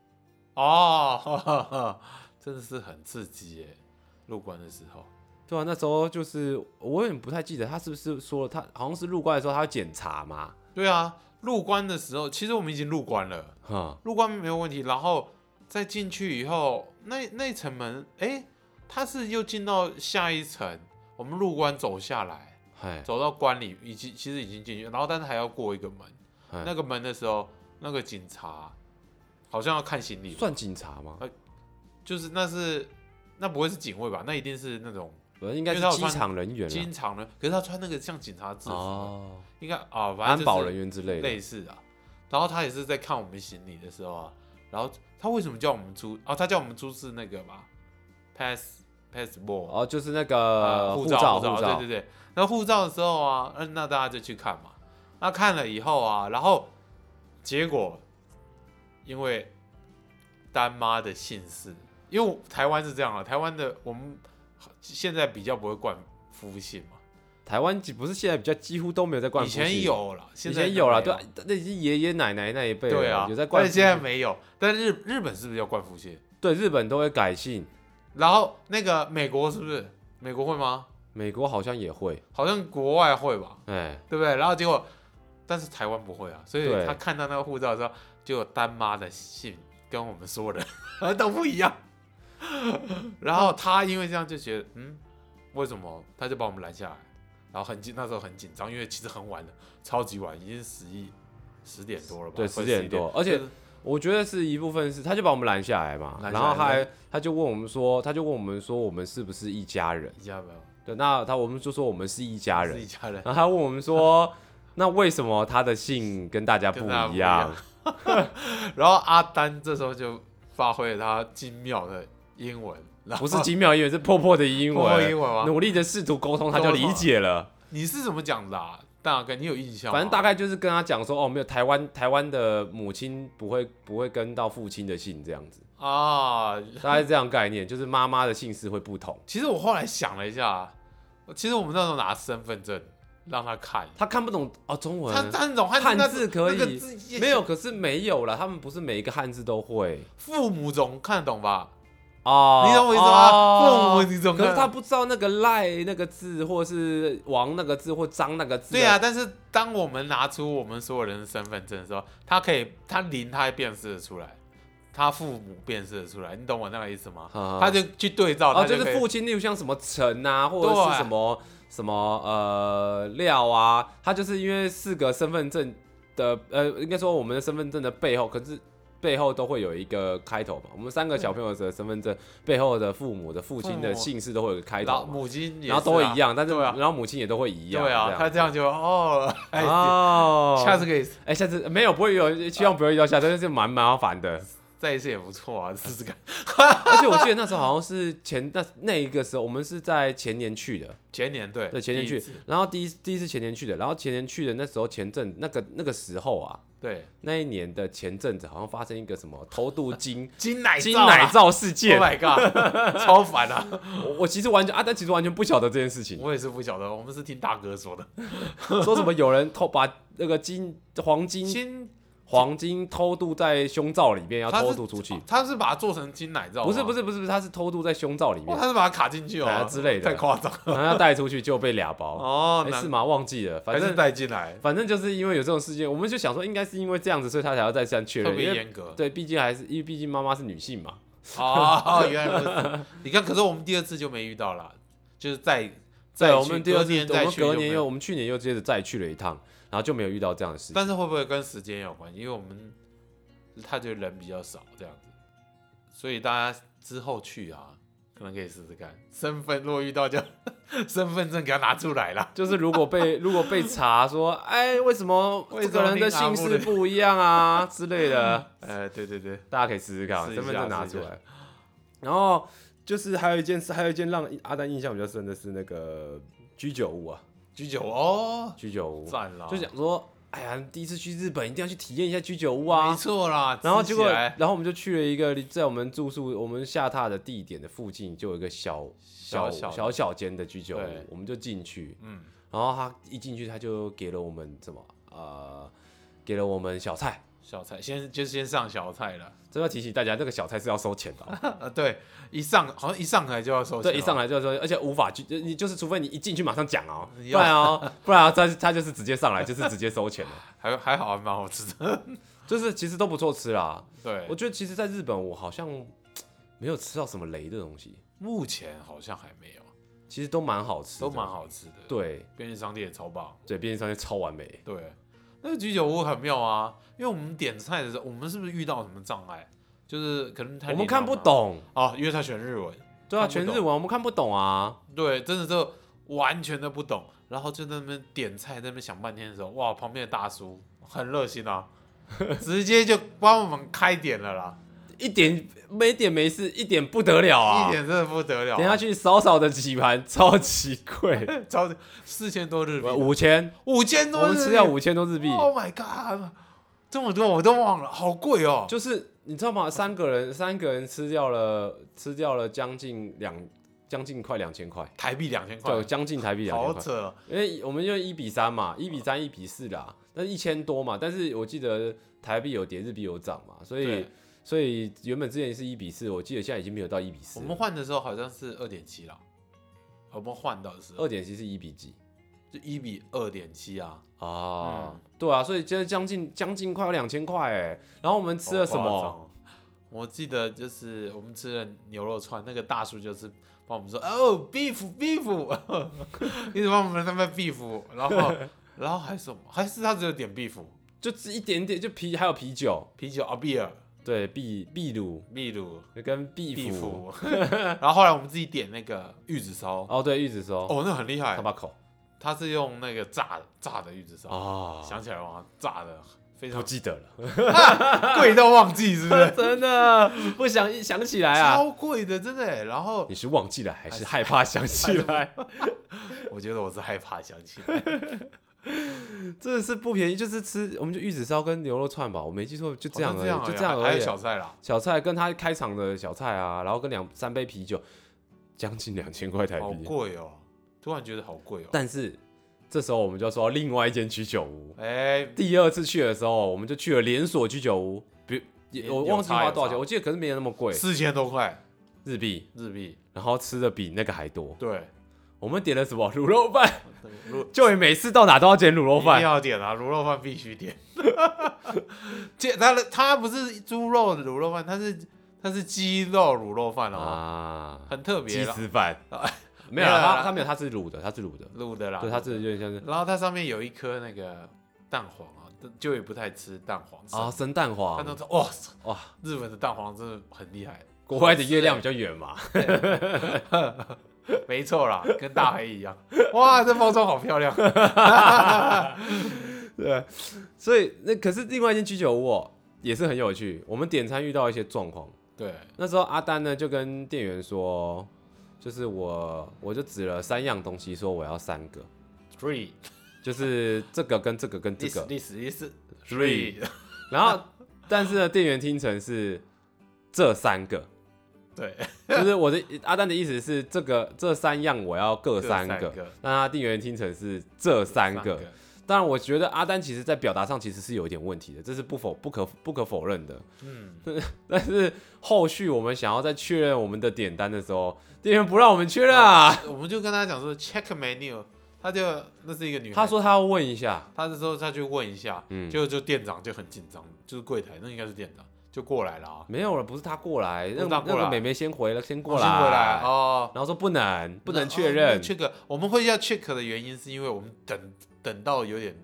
[SPEAKER 2] 哦， [laughs] 哈哈哈真的是很刺激耶！入关的时候，
[SPEAKER 1] 对啊，那时候就是我有点不太记得他是不是说他好像是入关的时候他要检查嘛，
[SPEAKER 2] 对啊，入关的时候，其实我们已经入关了，
[SPEAKER 1] 哈，
[SPEAKER 2] 入关没有问题，然后再进去以后，那那一层门，哎、它是又进到下一层，我们入关走下来，
[SPEAKER 1] 哎，
[SPEAKER 2] 走到关里，已经其实已经进去，然后但是还要过一个门，
[SPEAKER 1] 嗯
[SPEAKER 2] 那个门的时候，那个警察好像要看行李吧，
[SPEAKER 1] 算警察吗？
[SPEAKER 2] 就是那是那不会是警卫吧？那一定是那种
[SPEAKER 1] 反正应该
[SPEAKER 2] 因为他
[SPEAKER 1] 是
[SPEAKER 2] 有
[SPEAKER 1] 机
[SPEAKER 2] 穿
[SPEAKER 1] 场人员
[SPEAKER 2] 经常的，可是他穿那个像警察制
[SPEAKER 1] 啊，
[SPEAKER 2] 服，
[SPEAKER 1] 哦，
[SPEAKER 2] 应该啊，反正
[SPEAKER 1] 安
[SPEAKER 2] 就是
[SPEAKER 1] 保人员之类的，
[SPEAKER 2] 类似啊。然后他也是在看我们行李的时候啊，然后他为什么叫我们出？哦，他叫我们出示那个吧，pass passport，
[SPEAKER 1] 哦，就是那个
[SPEAKER 2] 呃护
[SPEAKER 1] 照
[SPEAKER 2] 护照，对对对。那护照的时候啊，嗯，那大家就去看嘛。那看了以后啊，然后结果因为丹妈的姓氏，因为台湾是这样啊，台湾的我们现在比较不会冠夫姓嘛，
[SPEAKER 1] 台湾不是现在比较几乎都没有在灌
[SPEAKER 2] 以
[SPEAKER 1] 夫姓
[SPEAKER 2] 前，有了，
[SPEAKER 1] 以
[SPEAKER 2] 现在
[SPEAKER 1] 前有了，
[SPEAKER 2] 没
[SPEAKER 1] 对，啊那已经爷爷奶奶那一辈了
[SPEAKER 2] 对啊，
[SPEAKER 1] 有在灌
[SPEAKER 2] 但
[SPEAKER 1] 夫
[SPEAKER 2] 是
[SPEAKER 1] 姓，
[SPEAKER 2] 现在没有。但日日本是不是叫冠夫姓？
[SPEAKER 1] 对日本都会改姓，
[SPEAKER 2] 然后那个美国是不是？美国会吗？
[SPEAKER 1] 美国好像也会，
[SPEAKER 2] 好像国外会吧，
[SPEAKER 1] 哎，
[SPEAKER 2] 对不对？然后结果，但是台湾不会啊，所以
[SPEAKER 1] 对
[SPEAKER 2] 他看到那个护照的时候，就有丹妈的姓跟我们说的 [laughs] 都不一样。然
[SPEAKER 1] 嗯
[SPEAKER 2] 后他因为这样就觉得，嗯，为什么？他就把我们拦下来，然后很紧，那时候很紧张，因为其实很晚了，超级晚，已经十一十点多了吧？
[SPEAKER 1] 对
[SPEAKER 2] 快
[SPEAKER 1] 10点多
[SPEAKER 2] 11
[SPEAKER 1] 而且
[SPEAKER 2] 就是
[SPEAKER 1] 我觉得是一部分是他就把我们拦下来嘛，
[SPEAKER 2] 拦
[SPEAKER 1] 然
[SPEAKER 2] 下来
[SPEAKER 1] 后他还他就问我们说，他就问我们说我们是不是一家人？
[SPEAKER 2] 一家没有
[SPEAKER 1] 对，那他我们就说我们是一家人
[SPEAKER 2] 是一，家人。
[SPEAKER 1] 然后他问我们说， [laughs] 那为什么他的姓跟大家不
[SPEAKER 2] 跟大家不
[SPEAKER 1] 一
[SPEAKER 2] 一
[SPEAKER 1] 样
[SPEAKER 2] 样？ [laughs] 然后阿丹这时候就发挥了他精妙的英文，然后
[SPEAKER 1] 不是几秒英语，是破破的英
[SPEAKER 2] [laughs] 破破英
[SPEAKER 1] 文，
[SPEAKER 2] 文啊吗？
[SPEAKER 1] 努力的试图沟通，他就理解了。
[SPEAKER 2] 你是怎么讲的啊？大概你有印象吗？
[SPEAKER 1] 反正大概就是跟他讲说，哦，没有台湾台湾的母亲不会不会跟到父亲的姓这
[SPEAKER 2] [laughs]
[SPEAKER 1] 样子，
[SPEAKER 2] 啊，
[SPEAKER 1] 大概是这样概念，就是妈妈的姓氏会不同。
[SPEAKER 2] 其实我后来想了一下，其实我们那时候拿身份证让他看，
[SPEAKER 1] 他看不懂哦，中文
[SPEAKER 2] 他他那种汉字
[SPEAKER 1] 汉字可以
[SPEAKER 2] 那个字
[SPEAKER 1] 没有，可是没有啦，他们不是每一个汉字都会
[SPEAKER 2] 父母总看得懂吧？
[SPEAKER 1] 哦，
[SPEAKER 2] 你懂我意思吗？父母你总
[SPEAKER 1] 可
[SPEAKER 2] 看
[SPEAKER 1] 是
[SPEAKER 2] 得
[SPEAKER 1] 他
[SPEAKER 2] 懂。
[SPEAKER 1] 不知道那个赖那个字，或是王那个字，或张那个字。
[SPEAKER 2] 对啊，，但是当我们拿出我们所有人的身份证的时候，他可以，他零他也辨识得出来，他父母辨识得出来，你懂我那个意思吗？他
[SPEAKER 1] 他
[SPEAKER 2] 啊就去对照，
[SPEAKER 1] 哦，
[SPEAKER 2] 他
[SPEAKER 1] 就是
[SPEAKER 2] 可以
[SPEAKER 1] 父亲，例如像什么陈啊，或者
[SPEAKER 2] 对
[SPEAKER 1] 是什么什么呃廖啊，他就是因为四个身份证的呃，应该说我们的身份证的背后，可是背后都会有一个开头嘛。我们三个小朋友的身份证背后的父母的父亲的
[SPEAKER 2] 父母
[SPEAKER 1] 姓氏都会有个开
[SPEAKER 2] 然
[SPEAKER 1] 头
[SPEAKER 2] 后
[SPEAKER 1] 嘛，
[SPEAKER 2] 母亲也是啊、
[SPEAKER 1] 然后都会一样，但是
[SPEAKER 2] 对啊
[SPEAKER 1] 然后母亲也都会一样，
[SPEAKER 2] 对啊，
[SPEAKER 1] 这样
[SPEAKER 2] 他这样就哦，哎
[SPEAKER 1] 哦，
[SPEAKER 2] 下次可以 [laughs]
[SPEAKER 1] 哎、下次没有不会有，希望不会遇到下次，但是蛮麻烦的。
[SPEAKER 2] 再一次也不错啊，试试看。
[SPEAKER 1] 而且我记得那时候好像是前那那一个时候，我们是在前年去的，
[SPEAKER 2] 前年 [laughs] 对，
[SPEAKER 1] 对前年
[SPEAKER 2] 第一
[SPEAKER 1] 去
[SPEAKER 2] 次，
[SPEAKER 1] 然后第一第一次前年去的，然后前年去的那时候前阵那个那个时候啊，
[SPEAKER 2] 对
[SPEAKER 1] 那一年的前阵子好像发生一个什么偷渡金
[SPEAKER 2] [laughs] 金奶
[SPEAKER 1] 金
[SPEAKER 2] 罩啊
[SPEAKER 1] 奶罩事件
[SPEAKER 2] ，Oh，my [laughs] god，超烦啊！
[SPEAKER 1] 我我其实完全啊，但其实完全不晓得这件事
[SPEAKER 2] [laughs]
[SPEAKER 1] 情，
[SPEAKER 2] 我也是不晓得，我们是听大哥说 [laughs] 的。
[SPEAKER 1] 说什么有人偷把那个金黄金
[SPEAKER 2] 金
[SPEAKER 1] 黄金偷渡在胸罩里面要
[SPEAKER 2] 他
[SPEAKER 1] 偷
[SPEAKER 2] 是
[SPEAKER 1] 渡出去，
[SPEAKER 2] 他是把它做成金奶罩吗，
[SPEAKER 1] 不是不是不是，不是他是偷渡在胸罩里
[SPEAKER 2] 哇，
[SPEAKER 1] 面，
[SPEAKER 2] 他是把它卡进去
[SPEAKER 1] 哎
[SPEAKER 2] 哦
[SPEAKER 1] 之类的
[SPEAKER 2] 太夸张
[SPEAKER 1] 然后要带出去就被俩包，
[SPEAKER 2] 哦，
[SPEAKER 1] 哎
[SPEAKER 2] 难
[SPEAKER 1] 是吗？忘记了，
[SPEAKER 2] 还
[SPEAKER 1] 反
[SPEAKER 2] 是
[SPEAKER 1] 正
[SPEAKER 2] 带进来，
[SPEAKER 1] 反正就是因为有这种事件，我们就想说应该是因为这样子，所以他才要再三确
[SPEAKER 2] 特
[SPEAKER 1] 认，因
[SPEAKER 2] 别
[SPEAKER 1] 为
[SPEAKER 2] 严格。
[SPEAKER 1] 对，毕竟还是因为毕竟妈妈是女性嘛，
[SPEAKER 2] 哦， [laughs] 原来如此。你看，可是我们第二次就没遇到啦，就是再再
[SPEAKER 1] 对，
[SPEAKER 2] 去
[SPEAKER 1] 我们第二
[SPEAKER 2] 隔
[SPEAKER 1] 次，
[SPEAKER 2] 年
[SPEAKER 1] 我
[SPEAKER 2] 再
[SPEAKER 1] 们
[SPEAKER 2] 去
[SPEAKER 1] 隔
[SPEAKER 2] 就没
[SPEAKER 1] 年又，
[SPEAKER 2] 有
[SPEAKER 1] 我们去年又接着再去了一趟，然后就没有遇到这样的事情。
[SPEAKER 2] 但是会不会跟时间有关？因为我们他就人比较少这样子，所以大家之后去啊，可能可以试试看。身份若遇到就 [laughs] 身份证给他拿出来啦。
[SPEAKER 1] 就是如果被如果被查说，哎，为什么
[SPEAKER 2] 为
[SPEAKER 1] 这
[SPEAKER 2] 什
[SPEAKER 1] 个
[SPEAKER 2] 么
[SPEAKER 1] 人的
[SPEAKER 2] 你拿
[SPEAKER 1] 姓
[SPEAKER 2] 不
[SPEAKER 1] 氏
[SPEAKER 2] 了
[SPEAKER 1] 不一样啊之类
[SPEAKER 2] [laughs]
[SPEAKER 1] 的，
[SPEAKER 2] 呃，对对对，
[SPEAKER 1] 大家可以试试看啊，
[SPEAKER 2] 试一
[SPEAKER 1] 身份
[SPEAKER 2] 下
[SPEAKER 1] 证拿
[SPEAKER 2] 试
[SPEAKER 1] 出
[SPEAKER 2] 一下
[SPEAKER 1] 来。然后就是还有一件事，还有一件让阿丹印象比较深的是那个居酒屋啊，
[SPEAKER 2] 居酒屋哦，
[SPEAKER 1] 居酒屋，
[SPEAKER 2] 赞啦，
[SPEAKER 1] 就想说，哎呀，第一次去日本一定要去体验一下居酒屋
[SPEAKER 2] 没
[SPEAKER 1] 啊。
[SPEAKER 2] 错啦。
[SPEAKER 1] 然后
[SPEAKER 2] 吃
[SPEAKER 1] 结
[SPEAKER 2] 起
[SPEAKER 1] 果，
[SPEAKER 2] 来
[SPEAKER 1] 然后我们就去了一个离在我们住宿、我们下榻的地点的附近，就有一个小小
[SPEAKER 2] 小
[SPEAKER 1] 小小间的居酒屋
[SPEAKER 2] 对，
[SPEAKER 1] 我们就进去。
[SPEAKER 2] 嗯，
[SPEAKER 1] 然后他一进去，他就给了我们什么呃，给了我们小菜。
[SPEAKER 2] 小菜先就先上小菜了。 [laughs]
[SPEAKER 1] 这要提醒大家，这个小菜是要收钱的哦、
[SPEAKER 2] 啊，对，一上好像一上来就要 [laughs] 收钱，
[SPEAKER 1] 对，一上来就说，而且无法拒，就你就是除非你一进去马上讲哦，
[SPEAKER 2] [laughs] 你
[SPEAKER 1] 不
[SPEAKER 2] 要
[SPEAKER 1] 然哦，不然、哦、他他就是直接上来，就是直接收钱的，
[SPEAKER 2] 还还好，还蛮好吃
[SPEAKER 1] [laughs]
[SPEAKER 2] 的。
[SPEAKER 1] 就是其实都不错吃啦。
[SPEAKER 2] 对
[SPEAKER 1] 我，觉得其实在日本，我好像没有吃到什么雷的东西，
[SPEAKER 2] 目前好像还没有，
[SPEAKER 1] 其实都蛮好吃，
[SPEAKER 2] 都蛮。好吃的。，
[SPEAKER 1] 对
[SPEAKER 2] 便利商店也超棒。
[SPEAKER 1] 对，便利商店超完美，
[SPEAKER 2] 对，那个居酒屋很妙啊，因为我们点菜的时候，我们是不是遇到什么障碍？就是可能太
[SPEAKER 1] 我们
[SPEAKER 2] 年
[SPEAKER 1] 看
[SPEAKER 2] 长
[SPEAKER 1] 不
[SPEAKER 2] 了
[SPEAKER 1] 懂，
[SPEAKER 2] 哦，因为他选日文，
[SPEAKER 1] 对啊，
[SPEAKER 2] 看不
[SPEAKER 1] 全日
[SPEAKER 2] 懂
[SPEAKER 1] 文我们看不懂啊，
[SPEAKER 2] 对，真的就完全的不懂，然后就在那边点菜，在那边想半天的时候，哇，旁边的大叔很热心
[SPEAKER 1] [laughs]
[SPEAKER 2] 啊，直接就帮我们开点了啦，
[SPEAKER 1] 一点没点没事，一点不得了啊，
[SPEAKER 2] 一点真的不得了啊、
[SPEAKER 1] 等下去少少的几盘，超级
[SPEAKER 2] [laughs]
[SPEAKER 1] 贵，
[SPEAKER 2] 超四千多日币，
[SPEAKER 1] 五千，
[SPEAKER 2] 五千
[SPEAKER 1] 我
[SPEAKER 2] 多日
[SPEAKER 1] 们
[SPEAKER 2] 币，
[SPEAKER 1] 吃掉五千多日币，
[SPEAKER 2] Oh my god，这么多我都忘了，好贵哦。
[SPEAKER 1] 就是你知道吗？三个人，三个人吃掉了，吃掉了将近两，将近快两千块，
[SPEAKER 2] 台币两千块，
[SPEAKER 1] 对，将近台币两千
[SPEAKER 2] 好
[SPEAKER 1] 块，
[SPEAKER 2] 扯。哦
[SPEAKER 1] 因为我们就一比三嘛，一比三，一比四啦，但是一千多嘛，但是我记得台币有跌，日币有涨嘛，所以
[SPEAKER 2] 对
[SPEAKER 1] 所以原本之前是一比四，我记得现在已经没有到一比
[SPEAKER 2] 我
[SPEAKER 1] 四，
[SPEAKER 2] 们换的时候好像是二点七啦，我们换到的时候
[SPEAKER 1] 二点七是一比几？
[SPEAKER 2] 就一比二点七啊，
[SPEAKER 1] 啊，
[SPEAKER 2] 嗯
[SPEAKER 1] 对啊，所以这将近将近快要两千块哎，然后我们吃了什
[SPEAKER 2] 好夸
[SPEAKER 1] 么
[SPEAKER 2] 张？哦？我记得就是我们吃了牛肉串，那个大叔就是帮我们说哦，beef beef，一直 [laughs] 帮我们那边 beef，然
[SPEAKER 1] [laughs]
[SPEAKER 2] 后然后还什么？还是他只有点 beef
[SPEAKER 1] 就吃一点点，就啤还有啤酒，
[SPEAKER 2] 啤酒啊 beer
[SPEAKER 1] 对，秘秘鲁
[SPEAKER 2] 秘鲁
[SPEAKER 1] 跟秘
[SPEAKER 2] 壁
[SPEAKER 1] 府，
[SPEAKER 2] 虎， [laughs] 然后后来我们自己点那个玉子烧，
[SPEAKER 1] 哦对，玉子烧，
[SPEAKER 2] 哦，那很厉害
[SPEAKER 1] 他，把口
[SPEAKER 2] 他是用那个炸的炸的玉子烧，
[SPEAKER 1] 啊，
[SPEAKER 2] 想起来了吗？炸的非
[SPEAKER 1] 不
[SPEAKER 2] 常
[SPEAKER 1] 记得了，？
[SPEAKER 2] [laughs] 贵到忘记，是不是
[SPEAKER 1] [laughs] 真的不想一想起来啊，
[SPEAKER 2] 超贵的，真的耶。然后
[SPEAKER 1] 你是忘记了还是害怕想起来？ [laughs]
[SPEAKER 2] 我觉得我是害怕想起来，
[SPEAKER 1] 真的是不便宜，就是吃我们就玉子烧跟牛肉串吧，我没记错，就 [laughs] 这样
[SPEAKER 2] 好
[SPEAKER 1] 而
[SPEAKER 2] 像
[SPEAKER 1] 已，
[SPEAKER 2] 哦这
[SPEAKER 1] 就
[SPEAKER 2] 样，啊
[SPEAKER 1] 这样
[SPEAKER 2] 还
[SPEAKER 1] 而
[SPEAKER 2] 有
[SPEAKER 1] 已。啊
[SPEAKER 2] 小菜啦，
[SPEAKER 1] 小菜跟他开场的小菜啊，然后跟两三杯啤酒，将近两千块台
[SPEAKER 2] 好
[SPEAKER 1] 币。
[SPEAKER 2] 贵哦，突然觉得好贵哦。
[SPEAKER 1] 哎但是这时候我们就要说另外一间居酒屋，
[SPEAKER 2] 哎，
[SPEAKER 1] 第二次去的时候，我们就去了连锁居酒屋，比也
[SPEAKER 2] 有
[SPEAKER 1] 我忘记花多少
[SPEAKER 2] 有差有
[SPEAKER 1] 钱，
[SPEAKER 2] 差
[SPEAKER 1] 我记得可是没有那么贵
[SPEAKER 2] 四千多块
[SPEAKER 1] 日币，
[SPEAKER 2] 日币，
[SPEAKER 1] 然后吃的比那个还多。
[SPEAKER 2] 对，
[SPEAKER 1] 我们点了什么卤肉饭？
[SPEAKER 2] 卤
[SPEAKER 1] 就你每次到哪都要点卤肉
[SPEAKER 2] 一定
[SPEAKER 1] 饭，
[SPEAKER 2] 要点啊，卤肉饭必须点。 [laughs] 这他的他不是猪肉卤肉饭，他是他是鸡肉卤肉饭哦，
[SPEAKER 1] 啊，
[SPEAKER 2] 很特
[SPEAKER 1] 鸡
[SPEAKER 2] 别啦。
[SPEAKER 1] 丝
[SPEAKER 2] [laughs]
[SPEAKER 1] 饭
[SPEAKER 2] 啊
[SPEAKER 1] 没有
[SPEAKER 2] 没有
[SPEAKER 1] 啦，
[SPEAKER 2] 啦
[SPEAKER 1] 他他没有，他是卤的，他是卤的，
[SPEAKER 2] 卤的啦，
[SPEAKER 1] 对，他是有点像是
[SPEAKER 2] 然后它上面有一颗那个蛋黄啊，就也不太吃蛋黄
[SPEAKER 1] 啊
[SPEAKER 2] 啊。
[SPEAKER 1] 生蛋
[SPEAKER 2] 他
[SPEAKER 1] 黄
[SPEAKER 2] 都，说哇
[SPEAKER 1] 哦哇
[SPEAKER 2] 哇，日本的蛋黄真的很厉害，
[SPEAKER 1] 国外的月亮 [laughs] 比较圆嘛，
[SPEAKER 2] 没错啦，跟大黑一样。 [laughs] 哇，这包装好
[SPEAKER 1] [laughs]
[SPEAKER 2] 漂亮，
[SPEAKER 1] 啊对，所以那可是另外一间居酒屋、哦，也是很有趣。我们点餐遇到一些状况，
[SPEAKER 2] 对，
[SPEAKER 1] 那时候阿丹呢就跟店员说，就是我我就指了三样东西，说我要三个，
[SPEAKER 2] three
[SPEAKER 1] 就是这个跟这个跟这
[SPEAKER 2] 历史
[SPEAKER 1] 个。
[SPEAKER 2] 历史历史
[SPEAKER 1] Three 然后，但是呢，店员听成是这三个，
[SPEAKER 2] [laughs] 对，
[SPEAKER 1] 就是我的阿丹的意思是这个这三样我要各
[SPEAKER 2] 各
[SPEAKER 1] 三
[SPEAKER 2] 三
[SPEAKER 1] 个。
[SPEAKER 2] 个
[SPEAKER 1] 那他店员听成是这三个，当然，我觉得阿丹其实在表达上其实是有一点问题的，这是不否不可不可否认的。
[SPEAKER 2] 嗯，
[SPEAKER 1] [laughs] 但是后续我们想要再确认我们的点单的时候，店员不让我们确认啊，
[SPEAKER 2] 我们就跟他讲说 check menu，他就那是一个女孩，
[SPEAKER 1] 他说他要问一下，
[SPEAKER 2] 他那时候他去问一下，
[SPEAKER 1] 嗯
[SPEAKER 2] 结果就店长就很紧张，就是柜台那应该是店长就过来了啊，
[SPEAKER 1] 没有了，不是他过来，那
[SPEAKER 2] 不是
[SPEAKER 1] 个
[SPEAKER 2] 他过
[SPEAKER 1] 那
[SPEAKER 2] 来
[SPEAKER 1] 个美眉先回了，先过
[SPEAKER 2] 哦
[SPEAKER 1] 来，
[SPEAKER 2] 先回来哦，
[SPEAKER 1] 然后说不能不能
[SPEAKER 2] 那
[SPEAKER 1] 确
[SPEAKER 2] 哦那
[SPEAKER 1] 认，
[SPEAKER 2] check 我们会要 check 的原因是因为我们等等到有点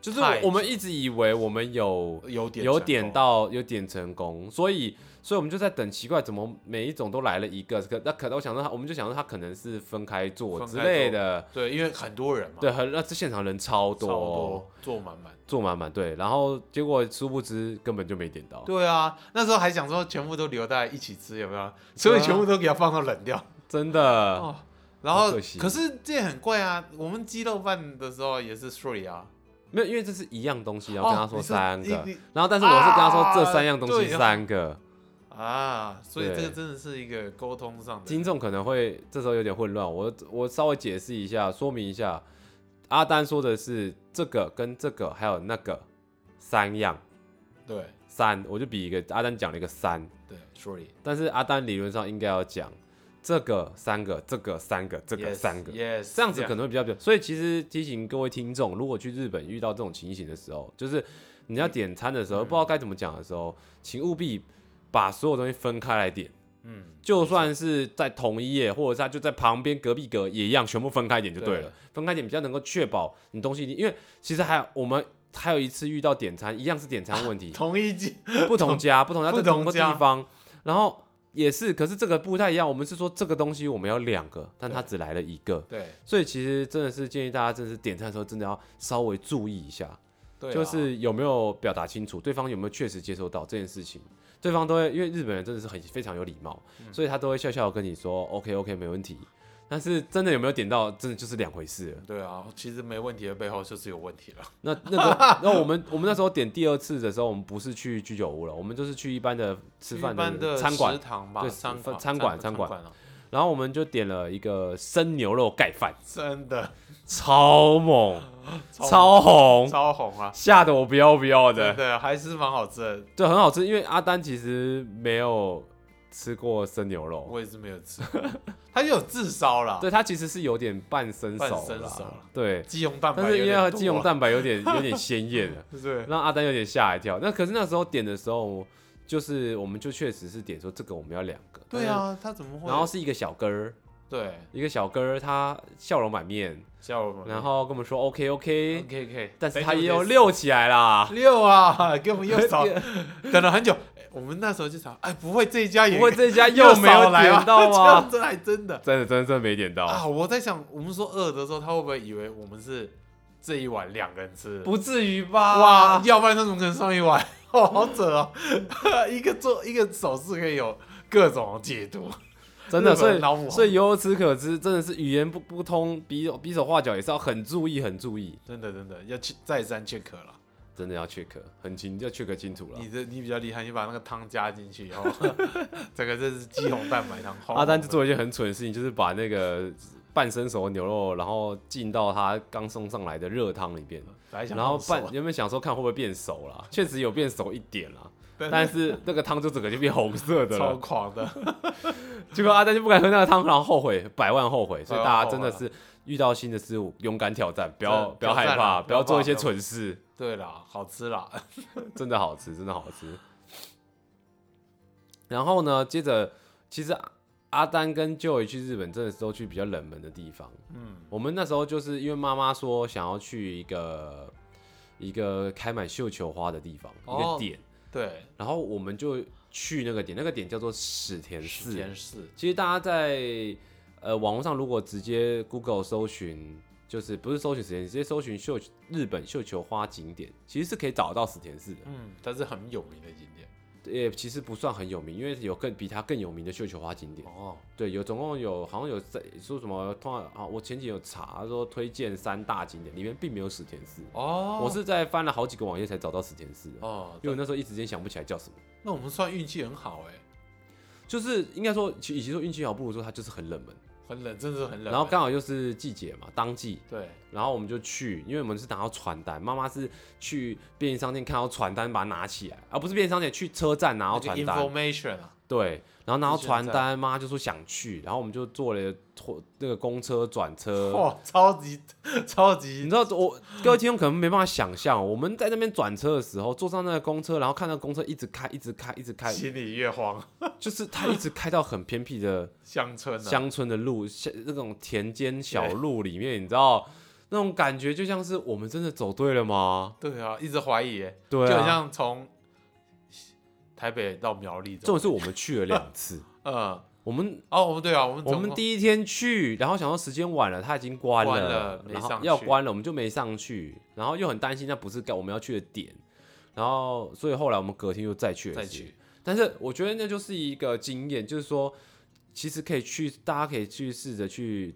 [SPEAKER 1] 就是
[SPEAKER 2] 太
[SPEAKER 1] 我们一直以为我们有
[SPEAKER 2] 有点
[SPEAKER 1] 有
[SPEAKER 2] 成
[SPEAKER 1] 点
[SPEAKER 2] 功
[SPEAKER 1] 到有点成功，所以所以我们就在等，奇怪，怎么每一种都来了一个？可那可能我想说他，我们就想说他可能是分开做
[SPEAKER 2] 分
[SPEAKER 1] 之
[SPEAKER 2] 开
[SPEAKER 1] 类
[SPEAKER 2] 做
[SPEAKER 1] 的，
[SPEAKER 2] 对，因为很多人嘛，
[SPEAKER 1] 对，很那这现场人超
[SPEAKER 2] 超
[SPEAKER 1] 多，
[SPEAKER 2] 多坐满满。
[SPEAKER 1] 坐满满，对，然后结果殊不知根本就没点到，
[SPEAKER 2] 对啊，那时候还想说全部都留在一起吃，有没有？ [laughs] 所以全部都给它放到冷掉。
[SPEAKER 1] 真的，
[SPEAKER 2] 哦，然后
[SPEAKER 1] 啊好可惜
[SPEAKER 2] 可是这也很怪啊，我们鸡肉饭的时候也是 three 啊，
[SPEAKER 1] 没有，因为这是一样东西，然啊后跟他说三个，
[SPEAKER 2] 哦你是你
[SPEAKER 1] 然后但是我是跟他说
[SPEAKER 2] 啊
[SPEAKER 1] 这三样东西
[SPEAKER 2] 对啊
[SPEAKER 1] 三个，
[SPEAKER 2] 你啊，所以
[SPEAKER 1] 对
[SPEAKER 2] 这个真的是一个沟通上的。
[SPEAKER 1] 听众可能会这时候有点混乱，我我稍微解释一下，说明一下，阿丹说的是这个跟这个还有那个三样
[SPEAKER 2] 对
[SPEAKER 1] 三，我就比一个阿丹讲了一个三，
[SPEAKER 2] 对，three
[SPEAKER 1] 但是阿丹理论上应该要讲这个三个，这个三个，这个
[SPEAKER 2] yes，
[SPEAKER 1] 三个。
[SPEAKER 2] ，yes，
[SPEAKER 1] 这样子可能会比较比较。所以其实提醒各位听众，如果去日本遇到这种情形的时候，就是你要点餐的时候，
[SPEAKER 2] 嗯
[SPEAKER 1] 不知道该怎么讲的时候，请务必把所有东西分开来点。
[SPEAKER 2] 嗯，
[SPEAKER 1] 就算是在同一页，或者是它就在旁边隔壁隔也一样，全部分开点就对了。
[SPEAKER 2] 对
[SPEAKER 1] 分开点比较能够确保你东西一定，因为其实还有我们还有一次遇到点餐，一样是点餐问题，
[SPEAKER 2] 同一季
[SPEAKER 1] [laughs] 不同家，不同家
[SPEAKER 2] 不
[SPEAKER 1] 在
[SPEAKER 2] 同
[SPEAKER 1] 同个地
[SPEAKER 2] 家
[SPEAKER 1] 方，然后也是，可是这个不太一样。我们是说这个东西我们要两个，但它只来了一个，
[SPEAKER 2] 对
[SPEAKER 1] 所以其实真的是建议大家，真的是点餐的时候真的要稍微注意一下，
[SPEAKER 2] 对啊，
[SPEAKER 1] 就是有没有表达清楚，对方有没有确实接收到这件事情。对方都会，因为日本人真的是很非常有礼貌，
[SPEAKER 2] 嗯
[SPEAKER 1] 所以他都会笑笑地跟你说 “OK OK，没问题”。但是真的有没有点到，真的就是两回事了。
[SPEAKER 2] 对啊，其实没问题的背后就是有问题了。
[SPEAKER 1] 那那个，
[SPEAKER 2] [laughs]
[SPEAKER 1] 那我们我们那时候点第二次的时候，我们不是去居酒屋了，我们就是去一般的吃饭
[SPEAKER 2] 一般的
[SPEAKER 1] 餐馆
[SPEAKER 2] 食，堂吧，
[SPEAKER 1] 对
[SPEAKER 2] 餐馆
[SPEAKER 1] 餐馆餐
[SPEAKER 2] 餐
[SPEAKER 1] 馆
[SPEAKER 2] 啊
[SPEAKER 1] 然后我们就点了一个生牛肉盖饭，
[SPEAKER 2] 真的
[SPEAKER 1] 超猛，
[SPEAKER 2] 超
[SPEAKER 1] 超红，
[SPEAKER 2] 超红啊，
[SPEAKER 1] 吓得我不要不要的
[SPEAKER 2] 真。的还是蛮好吃的，
[SPEAKER 1] 对，很好吃，因为阿丹其实没有吃过生牛肉，
[SPEAKER 2] 我也是没有吃过，它有炙烧啦，
[SPEAKER 1] 对他其实是有点半生熟
[SPEAKER 2] 半生
[SPEAKER 1] 啦
[SPEAKER 2] 熟了
[SPEAKER 1] 对，
[SPEAKER 2] 鸡茸蛋白
[SPEAKER 1] 但
[SPEAKER 2] 有
[SPEAKER 1] 是因
[SPEAKER 2] 点
[SPEAKER 1] 为
[SPEAKER 2] 多啊，
[SPEAKER 1] 它鸡茸蛋白有
[SPEAKER 2] [laughs]
[SPEAKER 1] 点有点鲜艳了，
[SPEAKER 2] 对，
[SPEAKER 1] 让阿丹有点吓一跳。那可是那时候点的时候，就是我们就确实是点说这个我们要两个，
[SPEAKER 2] 对啊，他怎么
[SPEAKER 1] 但
[SPEAKER 2] 会？
[SPEAKER 1] 是，然后是一个小哥儿，
[SPEAKER 2] 对，
[SPEAKER 1] 一个小哥儿他笑容满面，
[SPEAKER 2] 叫我们，嗯
[SPEAKER 1] 然后跟我们说 OK OK，
[SPEAKER 2] OK OK，
[SPEAKER 1] 但是他也有六起来
[SPEAKER 2] [laughs]
[SPEAKER 1] 啦。
[SPEAKER 2] 六啊，给
[SPEAKER 1] [laughs]
[SPEAKER 2] 我们又少，等了很久，哎我们那时候就想，哎，不会这一家也
[SPEAKER 1] 不会这家
[SPEAKER 2] 又
[SPEAKER 1] 又没有
[SPEAKER 2] 少来啊
[SPEAKER 1] 点到
[SPEAKER 2] [laughs] 这样
[SPEAKER 1] 吗？
[SPEAKER 2] 这还真的
[SPEAKER 1] 真的真的真的没点到，
[SPEAKER 2] 啊！我在想，我们说饿的时候，他会不会以为我们是这一碗两个人吃的？
[SPEAKER 1] 不至于
[SPEAKER 2] 啊
[SPEAKER 1] 吧？
[SPEAKER 2] 哇，要不然他怎么可能上一碗？ [laughs] 哦，好扯哦！ [laughs] 一个做一个手势可以有各种解读，
[SPEAKER 1] [laughs] 真的，
[SPEAKER 2] 日本
[SPEAKER 1] 所
[SPEAKER 2] 人
[SPEAKER 1] 以
[SPEAKER 2] 脑补好
[SPEAKER 1] 所以由此可知，真的是语言不不通，比手比手画脚也是要很注意，很注意，
[SPEAKER 2] 真的真的要去再三 check 了。
[SPEAKER 1] 真的要 check 很清，要 check 清楚了
[SPEAKER 2] 你。的你比较厉害，你把那个汤加进去以后，整个 [laughs] 这是鸡红蛋白 [laughs] 汤。
[SPEAKER 1] 阿丹就做一件很蠢的事情，就是把那个半生熟的牛肉，然后浸到他刚送上来的热汤里边，
[SPEAKER 2] 来想
[SPEAKER 1] 然后
[SPEAKER 2] 放
[SPEAKER 1] 半
[SPEAKER 2] 手啊，
[SPEAKER 1] 原本想说看会不会变熟
[SPEAKER 2] [laughs]
[SPEAKER 1] 啦，确实有变熟一点啦，
[SPEAKER 2] 但
[SPEAKER 1] 但是那个汤就整个就变红色的
[SPEAKER 2] 超
[SPEAKER 1] 了。
[SPEAKER 2] 狂的， [laughs]
[SPEAKER 1] 结果阿丹就不敢喝那个汤，然后后悔，百万后悔。所以
[SPEAKER 2] 百万
[SPEAKER 1] 大家
[SPEAKER 2] 啊后
[SPEAKER 1] 真
[SPEAKER 2] 悔
[SPEAKER 1] 的是遇到新的事物，勇敢挑战，不要
[SPEAKER 2] 真的
[SPEAKER 1] 不要害
[SPEAKER 2] 挑战
[SPEAKER 1] 怕，
[SPEAKER 2] 啊
[SPEAKER 1] 不要
[SPEAKER 2] 不要
[SPEAKER 1] 做一
[SPEAKER 2] 怕
[SPEAKER 1] 些
[SPEAKER 2] 不要
[SPEAKER 1] 蠢事。
[SPEAKER 2] 对啦，好吃啦， [laughs]
[SPEAKER 1] 真的好吃，真的好吃。然后呢，接着其实阿阿丹跟 Joy 去日本真的是都去比较冷门的地方。嗯，我们那时候就是因为妈妈说想要去一个一个开满绣球花的地方，
[SPEAKER 2] 哦
[SPEAKER 1] 一个点，
[SPEAKER 2] 对，
[SPEAKER 1] 然后我们就去那个点，那个点叫做史田寺。
[SPEAKER 2] 甜柿，
[SPEAKER 1] 其实大家在呃网络上如果直接 Google 搜寻就是不是搜寻石田寺，直接搜寻绣日本绣球花景点，其实是可以找到石田寺的。
[SPEAKER 2] 嗯，它是很有名的景点
[SPEAKER 1] 也其实不算很有名，因为有更比它更有名的绣球花景点。
[SPEAKER 2] 哦，
[SPEAKER 1] 对，有总共有好像有在说什么，通常啊，我前几天有查他说推荐三大景点，里面并没有史田寺。
[SPEAKER 2] 哦，
[SPEAKER 1] 我是在翻了好几个网页才找到史田寺的，
[SPEAKER 2] 哦
[SPEAKER 1] 因，为我那时候一时间想不起来叫什么。
[SPEAKER 2] 那我们算运气很好哎、
[SPEAKER 1] 就是应该说，其与其说运气好，不如说它就是很冷门。
[SPEAKER 2] 很冷，真的是很冷。
[SPEAKER 1] 然后刚好又是季节嘛，当季，
[SPEAKER 2] 对，
[SPEAKER 1] 然后我们就去，因为我们是拿到传单，妈妈是去便利商店看到传单把它拿起来，而、不是便利商店去车站拿
[SPEAKER 2] 然
[SPEAKER 1] 到
[SPEAKER 2] 后
[SPEAKER 1] 传单。
[SPEAKER 2] information 啊，
[SPEAKER 1] 对，然后拿到
[SPEAKER 2] 之前
[SPEAKER 1] 传
[SPEAKER 2] 在
[SPEAKER 1] 单，妈就说想去，然后我们就坐了拖那个公车转 [laughs] 车。
[SPEAKER 2] 哇，超级超
[SPEAKER 1] 你
[SPEAKER 2] 级
[SPEAKER 1] 知道我各位听众可能没办法想象，我们在那边转车的时候，坐上那个公车，然后看到公车一直开，一直开，一直 [laughs] 开，
[SPEAKER 2] 心里越慌，
[SPEAKER 1] 就是它一直开到很偏僻的
[SPEAKER 2] 乡村啊，
[SPEAKER 1] 乡村的路，像那种田间小路里面，你知道那种感觉就像是我们真的走对了吗？
[SPEAKER 2] 对啊，一直怀疑、欸，
[SPEAKER 1] 对
[SPEAKER 2] 就很
[SPEAKER 1] 啊，
[SPEAKER 2] 像从台北到苗栗
[SPEAKER 1] 这
[SPEAKER 2] 走，
[SPEAKER 1] 种是我们去了两次，
[SPEAKER 2] 嗯，
[SPEAKER 1] 我们
[SPEAKER 2] 哦，我们对啊，我们
[SPEAKER 1] 我
[SPEAKER 2] 总
[SPEAKER 1] 们
[SPEAKER 2] 共
[SPEAKER 1] 第一天去，然后想到时间晚了，它已经关
[SPEAKER 2] 关了没
[SPEAKER 1] 然后
[SPEAKER 2] 上
[SPEAKER 1] 要
[SPEAKER 2] 去
[SPEAKER 1] 关了，我们就没上去，然后又很担心那不是该我们要去的点，然后所以后来我们隔天又再去了
[SPEAKER 2] 再
[SPEAKER 1] 一次
[SPEAKER 2] 去，
[SPEAKER 1] 但是我觉得那就是一个经验，就是说，其实可以去，大家可以去试着去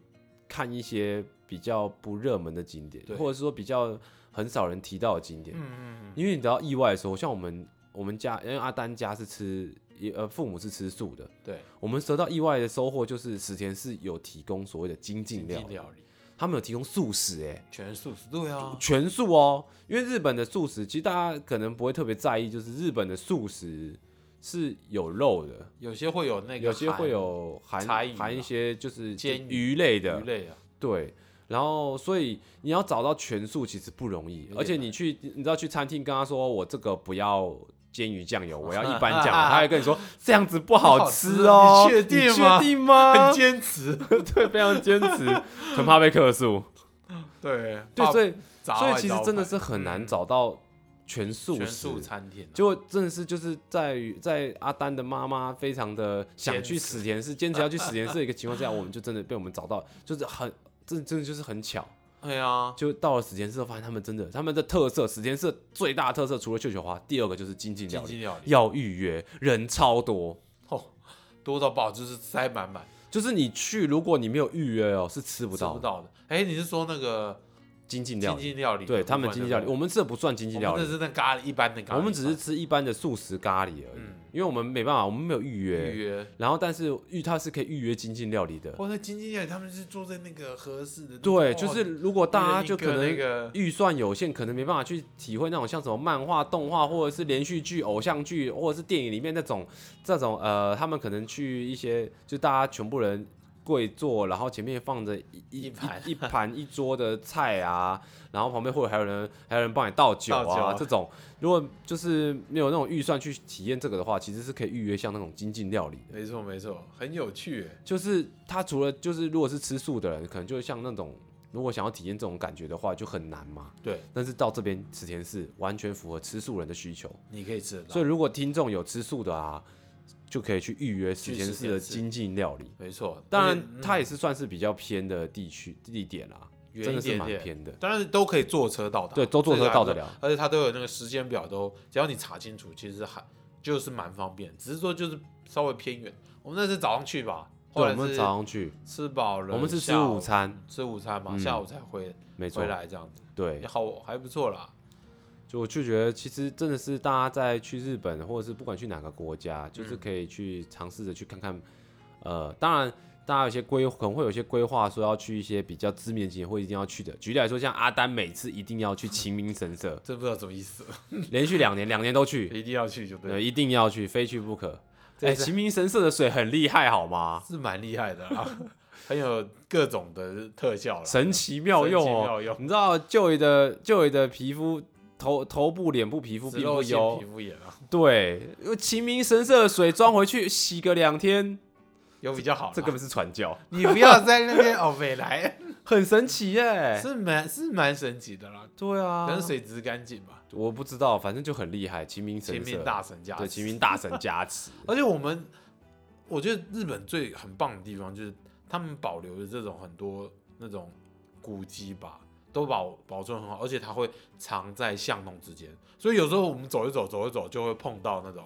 [SPEAKER 1] 看一些比较不热门的景点，
[SPEAKER 2] 对
[SPEAKER 1] 或者说比较很少人提到的景点。
[SPEAKER 2] 嗯嗯
[SPEAKER 1] 因为你知道意外的时候，像我们我们家，因为阿丹家是吃，也呃，父母是吃素的，
[SPEAKER 2] 嗯，对，
[SPEAKER 1] 我们得到意外的收获就是石田是有提供所谓的精进料
[SPEAKER 2] 经
[SPEAKER 1] 理，
[SPEAKER 2] 济料理，
[SPEAKER 1] 他们有提供素食、欸，
[SPEAKER 2] 全是素食，对啊，
[SPEAKER 1] 全素哦，因为日本的素食，其实大家可能不会特别在意，就是日本的素食是有肉的，
[SPEAKER 2] 有些会有那个，
[SPEAKER 1] 有些会有含
[SPEAKER 2] 柴鱼
[SPEAKER 1] 含一
[SPEAKER 2] 啊
[SPEAKER 1] 些就是
[SPEAKER 2] 煎
[SPEAKER 1] 鱼类的
[SPEAKER 2] 鱼，类啊，
[SPEAKER 1] 对。然后，所以你要找到全素其实不容易，
[SPEAKER 2] 有
[SPEAKER 1] 而且
[SPEAKER 2] 点
[SPEAKER 1] 你去，你知道去餐厅跟他说我这个不要煎鱼酱油，我要一般
[SPEAKER 2] [laughs]
[SPEAKER 1] 酱油，他会跟你说这样子不好
[SPEAKER 2] 好
[SPEAKER 1] 吃
[SPEAKER 2] 吃啊
[SPEAKER 1] 哦，
[SPEAKER 2] 你
[SPEAKER 1] 你
[SPEAKER 2] 确定吗
[SPEAKER 1] 确定吗？
[SPEAKER 2] [laughs] 很坚持，
[SPEAKER 1] [laughs] 对，非常坚持，
[SPEAKER 2] [laughs]
[SPEAKER 1] 很怕被客诉。
[SPEAKER 2] 对，
[SPEAKER 1] 对，
[SPEAKER 2] 怕
[SPEAKER 1] 所以
[SPEAKER 2] 砸
[SPEAKER 1] 所以
[SPEAKER 2] 坏
[SPEAKER 1] 其实
[SPEAKER 2] 招
[SPEAKER 1] 真的
[SPEAKER 2] 牌
[SPEAKER 1] 是很难
[SPEAKER 2] 嗯
[SPEAKER 1] 找到全素
[SPEAKER 2] 全
[SPEAKER 1] 食
[SPEAKER 2] 素餐厅啊，
[SPEAKER 1] 结果真的是就是在于在阿丹的妈妈非常的想去
[SPEAKER 2] 坚持
[SPEAKER 1] 史田寺，坚持要去史田寺的一个情况之下，我们就真的被我们找到，就是很这真的就是很巧，
[SPEAKER 2] 对啊，
[SPEAKER 1] 就到了史田寺后，发现他们真的他们的特色，史田寺最大的特色除了绣球花，第二个就是精进料
[SPEAKER 2] 经
[SPEAKER 1] 理，
[SPEAKER 2] 济料理
[SPEAKER 1] 要预约，人超多。
[SPEAKER 2] 多到爆，就是塞满满，
[SPEAKER 1] 就是你去，如果你没有预约哦，是吃不
[SPEAKER 2] 吃
[SPEAKER 1] 到
[SPEAKER 2] 不到的。哎，你是说那个
[SPEAKER 1] 精进料
[SPEAKER 2] 经
[SPEAKER 1] 理。
[SPEAKER 2] 济料理的部分？
[SPEAKER 1] 对他们精进料理，
[SPEAKER 2] 对
[SPEAKER 1] 我们这不算精
[SPEAKER 2] 不
[SPEAKER 1] 进
[SPEAKER 2] 对，
[SPEAKER 1] 料
[SPEAKER 2] 我们
[SPEAKER 1] 理，
[SPEAKER 2] 这是那咖喱一般的咖喱
[SPEAKER 1] 我
[SPEAKER 2] 饭，
[SPEAKER 1] 们只是吃一般的素食咖喱而已
[SPEAKER 2] 嗯，
[SPEAKER 1] 因为我们没办法，我们没有预约。
[SPEAKER 2] 预约。
[SPEAKER 1] 然后但是预它是可以预约精进料理的。
[SPEAKER 2] 或者经济料理，他们是坐在那个合适的，
[SPEAKER 1] 对，
[SPEAKER 2] 哦
[SPEAKER 1] 就是如果大家就可
[SPEAKER 2] 一人一
[SPEAKER 1] 能
[SPEAKER 2] 个
[SPEAKER 1] 预算有限，可能没办法去体会那种像什么漫画、动画，或者是连续剧、偶像剧，或者是电影里面那种这种呃，他们可能去一些就大家全部人跪坐，然后前面放着一
[SPEAKER 2] 一盘
[SPEAKER 1] 一一盘一桌的菜啊，然后旁边或者还有人还有人帮你倒酒啊
[SPEAKER 2] 倒酒啊
[SPEAKER 1] 这种，如果就是没有那种预算去体验这个的话，其实是可以预约像那种精进料理的。
[SPEAKER 2] 没错没错，很有趣耶，
[SPEAKER 1] 就是他除了就是如果是吃素的人，可能就像那种如果想要体验这种感觉的话，就很难嘛。
[SPEAKER 2] 对，
[SPEAKER 1] 但是到这边池田寺完全符合吃素人的需求，
[SPEAKER 2] 你可以吃得到
[SPEAKER 1] 所以，如果听众有吃素的啊，就可以去预约池田寺的精进料理。
[SPEAKER 2] 没错。
[SPEAKER 1] 当
[SPEAKER 2] 而且
[SPEAKER 1] 然，
[SPEAKER 2] 嗯
[SPEAKER 1] 它也是算是比较偏的地区地点啦，
[SPEAKER 2] 远
[SPEAKER 1] 真的
[SPEAKER 2] 一
[SPEAKER 1] 是
[SPEAKER 2] 点
[SPEAKER 1] 蛮
[SPEAKER 2] 点，啊
[SPEAKER 1] 偏的。
[SPEAKER 2] 当然都可以坐车到达，
[SPEAKER 1] 对，都坐车到得了。
[SPEAKER 2] 而且它都有那个时间表都，只要你查清楚，其实还就是蛮方便，只是说就是稍微偏远。我们那是早上去吧，后
[SPEAKER 1] 对，
[SPEAKER 2] 来
[SPEAKER 1] 我们
[SPEAKER 2] 是
[SPEAKER 1] 早上去，
[SPEAKER 2] 吃饱了，
[SPEAKER 1] 我们是吃
[SPEAKER 2] 下午
[SPEAKER 1] 午，餐，
[SPEAKER 2] 吃午餐嘛，
[SPEAKER 1] 嗯
[SPEAKER 2] 下午才回
[SPEAKER 1] 没错
[SPEAKER 2] 回，来这样子，
[SPEAKER 1] 对
[SPEAKER 2] 也，好还不错啦。
[SPEAKER 1] 就我就觉得，其实真的是大家在去日本，或者是不管去哪个国家，
[SPEAKER 2] 嗯，
[SPEAKER 1] 就是可以去尝试着去看看。呃，当然，大家有些规可能会有些规划，说要去一些比较知名的景点或一定要去的。举例来说，像阿丹每次一定要去晴明神社
[SPEAKER 2] 真不知道什么意思，
[SPEAKER 1] 连续两年，两年都去，
[SPEAKER 2] 一定要去就 [laughs] 对了，
[SPEAKER 1] 对，一定要去，非去不可。
[SPEAKER 2] 这
[SPEAKER 1] 哎、
[SPEAKER 2] 是
[SPEAKER 1] 晴明神社的水很厉害，好吗？
[SPEAKER 2] 是蛮厉害的啦， [laughs] 很有各种的特效啦，
[SPEAKER 1] 神奇妙用
[SPEAKER 2] 神奇
[SPEAKER 1] 哦！
[SPEAKER 2] 妙用，
[SPEAKER 1] 你知道旧爷的旧爷的皮肤头头部、脸部皮肤哦
[SPEAKER 2] 只
[SPEAKER 1] 并不
[SPEAKER 2] 露馅
[SPEAKER 1] 油
[SPEAKER 2] 皮，肤炎啊，
[SPEAKER 1] 对，因为秦明神社的水装回去洗个两天，
[SPEAKER 2] 有比较好啦。
[SPEAKER 1] 这根本是传教，
[SPEAKER 2] 你不要在那边 [laughs] 哦，北来
[SPEAKER 1] 很神奇耶、
[SPEAKER 2] 是蛮是蛮神奇的啦，
[SPEAKER 1] 对哎啊
[SPEAKER 2] 可，能水质干净吧。
[SPEAKER 1] 我不知道，反正就很厉害，秦明
[SPEAKER 2] 秦
[SPEAKER 1] 神
[SPEAKER 2] 明
[SPEAKER 1] 社，
[SPEAKER 2] 大神家，
[SPEAKER 1] 对，秦明大神加 [laughs] 持，
[SPEAKER 2] 而且我们，我觉得日本最很棒的地方就是他们保留了这种很多那种古迹吧，都保保存很好，而且它会藏在巷弄之间，所以有时候我们走一走，走一走就会碰到那种